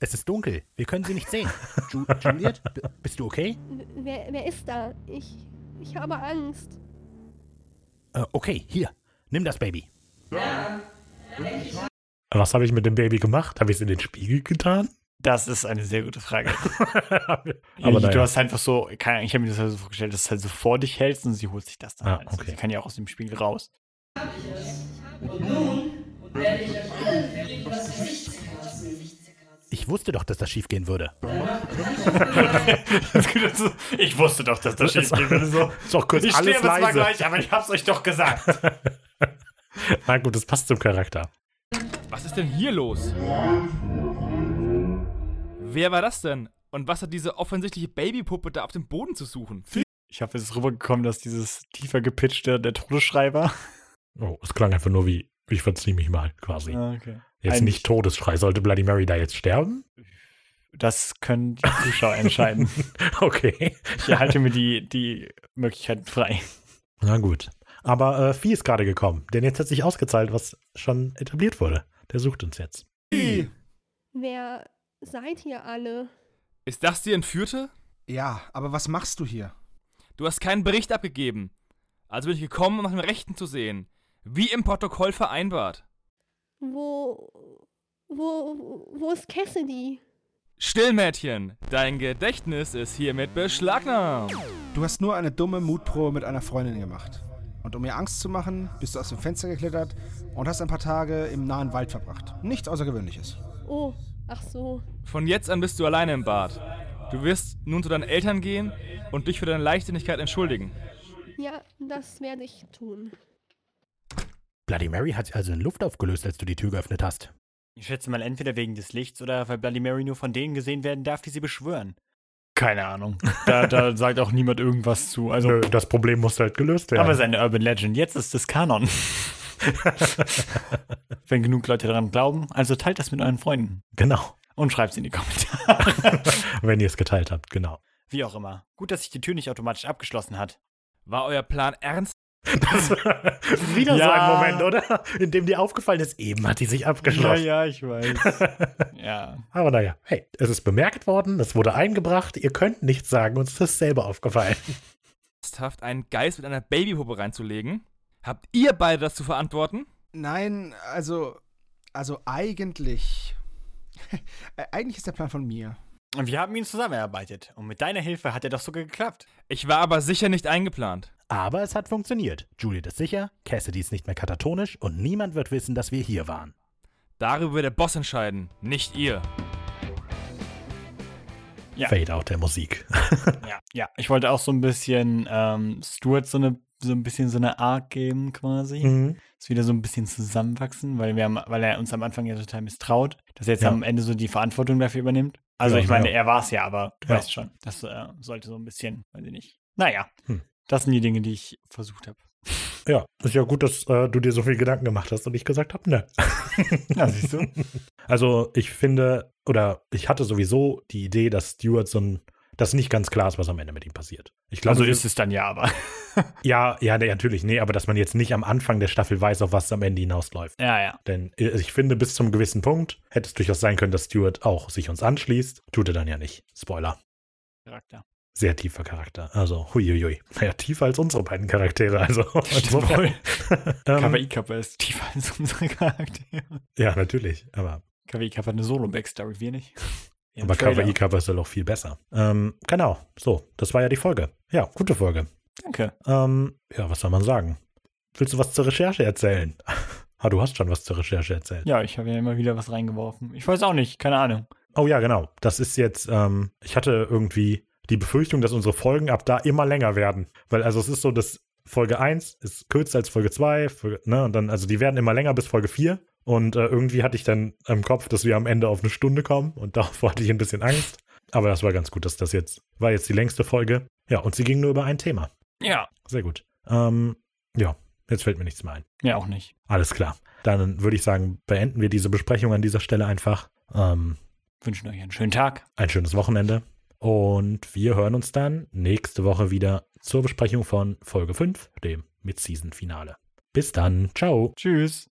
Speaker 2: Es ist dunkel, wir können sie nicht sehen. Ju Juliet, b- bist du okay?
Speaker 11: W- Wer, wer ist da? Ich, ich habe Angst.
Speaker 2: Äh, okay, hier, nimm das Baby. Was habe ich mit dem Baby gemacht? Habe ich es in den Spiegel getan?
Speaker 1: Das ist eine sehr gute
Speaker 2: <laughs>
Speaker 1: Frage.
Speaker 2: Aber
Speaker 1: du
Speaker 2: naja.
Speaker 1: hast einfach so, keine Ahnung, ich habe mir das halt so vorgestellt, dass du halt so vor dich hältst und sie holt sich das dann.
Speaker 2: Ah,
Speaker 1: halt. Also
Speaker 2: okay.
Speaker 1: Sie kann ja auch aus dem Spiegel raus.
Speaker 2: Ich wusste doch, dass das schiefgehen würde.
Speaker 1: <laughs> Das geht jetzt so, ich wusste doch, dass das schief geht. würde, So.
Speaker 2: Ist auch kurz
Speaker 1: Ich
Speaker 2: alles
Speaker 1: sterbe zwar
Speaker 2: leise.
Speaker 1: gleich, aber ich hab's euch doch gesagt.
Speaker 2: Na gut, das passt zum Charakter.
Speaker 9: Was ist denn hier los? Wer war das denn? Und was hat diese offensichtliche Babypuppe da auf dem Boden zu suchen?
Speaker 1: <laughs> Ich hoffe, es ist rübergekommen, dass dieses tiefer gepitchte der Todesschrei war.
Speaker 2: Oh, es klang einfach nur wie, ich verzieh mich mal, quasi.
Speaker 1: Ah, okay.
Speaker 2: Jetzt
Speaker 1: Ein-
Speaker 2: nicht Todesschrei. Sollte Bloody Mary da jetzt sterben? <laughs>
Speaker 1: Das können die Zuschauer <laughs> entscheiden.
Speaker 2: Okay.
Speaker 1: Ich erhalte mir die, die Möglichkeit frei.
Speaker 2: Na gut. Aber äh, Vieh ist gerade gekommen, denn jetzt hat sich ausgezahlt, was schon etabliert wurde. Der sucht uns jetzt.
Speaker 5: Ih.
Speaker 11: Wer seid ihr alle?
Speaker 9: Ist das die Entführte?
Speaker 5: Ja, aber was machst du hier?
Speaker 9: Du hast keinen Bericht abgegeben. Also bin ich gekommen, um nach dem Rechten zu sehen. Wie im Protokoll vereinbart.
Speaker 11: Wo. Wo. Wo ist Cassidy?
Speaker 9: Still, Mädchen. Dein Gedächtnis ist hiermit beschlagnahmt.
Speaker 5: Du hast nur eine dumme Mutprobe mit einer Freundin gemacht. Und um ihr Angst zu machen, bist du aus dem Fenster geklettert und hast ein paar Tage im nahen Wald verbracht. Nichts Außergewöhnliches.
Speaker 11: Oh, ach so.
Speaker 9: Von jetzt an bist du alleine im Bad. Du wirst nun zu deinen Eltern gehen und dich für deine Leichtsinnigkeit entschuldigen.
Speaker 11: Ja, das werde ich tun.
Speaker 13: Bloody Mary hat sich also in Luft aufgelöst, als du die Tür geöffnet hast.
Speaker 1: Ich schätze mal, entweder wegen des Lichts oder weil Bloody Mary nur von denen gesehen werden darf, die sie beschwören.
Speaker 14: Keine Ahnung. Da, da sagt auch niemand irgendwas zu. Also,
Speaker 2: Nö, das Problem muss halt gelöst werden.
Speaker 1: Aber es ist eine Urban Legend. Jetzt ist es <laughs> Kanon. Wenn genug Leute daran glauben, also teilt das mit euren Freunden
Speaker 2: genau,
Speaker 1: und schreibt es in die Kommentare.
Speaker 2: wenn ihr es geteilt
Speaker 13: <laughs>
Speaker 2: habt, genau.
Speaker 1: <laughs> Wie auch immer. Gut, dass sich die Tür nicht automatisch abgeschlossen hat.
Speaker 9: War euer Plan ernst?
Speaker 2: Das war wieder
Speaker 1: Ja.
Speaker 2: so ein Moment, oder? In dem dir aufgefallen ist, eben hat die sich abgeschlossen.
Speaker 1: ja, ich <laughs> weiß. ja.
Speaker 2: Aber naja, hey, es ist bemerkt worden, es wurde eingebracht, ihr könnt nichts sagen, uns ist das selber aufgefallen.
Speaker 9: Ernsthaft einen Geist mit einer Babypuppe reinzulegen? Habt ihr beide das zu verantworten?
Speaker 5: Nein, also. Also eigentlich. <laughs> Äh, eigentlich ist der Plan von mir.
Speaker 1: Und wir haben ihn zusammengearbeitet. Und mit deiner Hilfe hat er doch sogar geklappt.
Speaker 9: Ich war aber sicher nicht eingeplant.
Speaker 13: <laughs> Aber es hat funktioniert. Juliet ist sicher, Cassidy ist nicht mehr katatonisch und niemand wird wissen, dass wir hier waren.
Speaker 9: Darüber wird der Boss entscheiden, nicht ihr.
Speaker 1: Ja.
Speaker 2: Fade out der Musik.
Speaker 1: Ja. Ja, ich wollte auch so ein bisschen ähm, Stuart so, eine, so ein bisschen so eine Arc geben quasi.
Speaker 2: Mhm.
Speaker 1: Ist wieder so ein bisschen zusammenwachsen, weil, wir haben, weil er uns am Anfang ja total misstraut, dass er jetzt
Speaker 2: Ja.
Speaker 1: am Ende so die Verantwortung dafür übernimmt. Also
Speaker 2: Ja,
Speaker 1: ich meine,
Speaker 2: ja.
Speaker 1: er war es ja, aber du
Speaker 2: Ja.
Speaker 1: weißt schon, das äh, sollte so ein bisschen, weiß ich nicht. Naja,
Speaker 2: Hm.
Speaker 1: das sind die Dinge, die ich versucht habe.
Speaker 2: Ja, ist ja gut, dass äh, du dir so viel Gedanken gemacht hast und ich gesagt habe, ne.
Speaker 1: <laughs> Ja, siehst du.
Speaker 2: <laughs> Also ich finde, oder ich hatte sowieso die Idee, dass Stuart so ein, dass nicht ganz klar ist, was am Ende mit ihm passiert. Ich glaube,
Speaker 1: Also
Speaker 2: wir-
Speaker 1: ist es dann ja, aber. <laughs>
Speaker 2: ja, ja, nee, natürlich, nee, aber dass man jetzt nicht am Anfang der Staffel weiß, auf was es am Ende hinausläuft.
Speaker 1: Ja, ja.
Speaker 2: Denn äh, ich finde, bis zum gewissen Punkt hätte es durchaus sein können, dass Stuart auch sich uns anschließt. Tut er dann ja nicht. Spoiler.
Speaker 1: Charakter.
Speaker 2: <laughs> Sehr tiefer Charakter. Also, huiuiui. <laughs> Naja, tiefer als unsere beiden Charaktere. Also,
Speaker 1: <laughs>
Speaker 2: insofern. ähm,
Speaker 1: KWI-Kappa ist tiefer als unsere Charaktere.
Speaker 2: ja, natürlich. Aber
Speaker 1: KWI-Kappa hat eine Solo-Backstory, wir nicht. Wir haben
Speaker 2: <laughs> Aber E,
Speaker 1: Trailer.
Speaker 2: KWI-Cover ist ja noch viel besser. Ähm, genau, so, das war ja die Folge. Ja, gute Folge.
Speaker 1: Danke.
Speaker 2: Ähm, ja, was soll man sagen? Willst du was zur Recherche erzählen? <laughs> ah, du hast schon was zur Recherche erzählt.
Speaker 1: Ja, ich habe ja immer wieder was reingeworfen. Ich weiß auch nicht, keine Ahnung.
Speaker 2: Oh ja, genau. Das ist jetzt, ähm, ich hatte irgendwie die Befürchtung, dass unsere Folgen ab da immer länger werden. Weil also es ist so, dass Folge 1 ist kürzer als Folge 2, Folge, ne, und dann, also die werden immer länger bis Folge 4. Und äh, irgendwie hatte ich dann im Kopf, dass wir am Ende auf eine Stunde kommen und <laughs> davor hatte ich ein bisschen Angst. Aber das war ganz gut, dass das jetzt, war jetzt die längste Folge. Ja, und sie ging nur über ein Thema.
Speaker 1: Ja.
Speaker 2: Sehr gut. Ähm, ja, jetzt fällt mir nichts mehr ein.
Speaker 1: Mir auch nicht.
Speaker 2: Alles klar. Dann würde ich sagen, beenden wir diese Besprechung an dieser Stelle einfach. Ähm,
Speaker 1: Wünschen euch einen schönen Tag.
Speaker 2: ein schönes Wochenende. Und wir hören uns dann nächste Woche wieder zur Besprechung von Folge 5, dem Mid-Season-Finale. Bis dann. Ciao.
Speaker 1: Tschüss.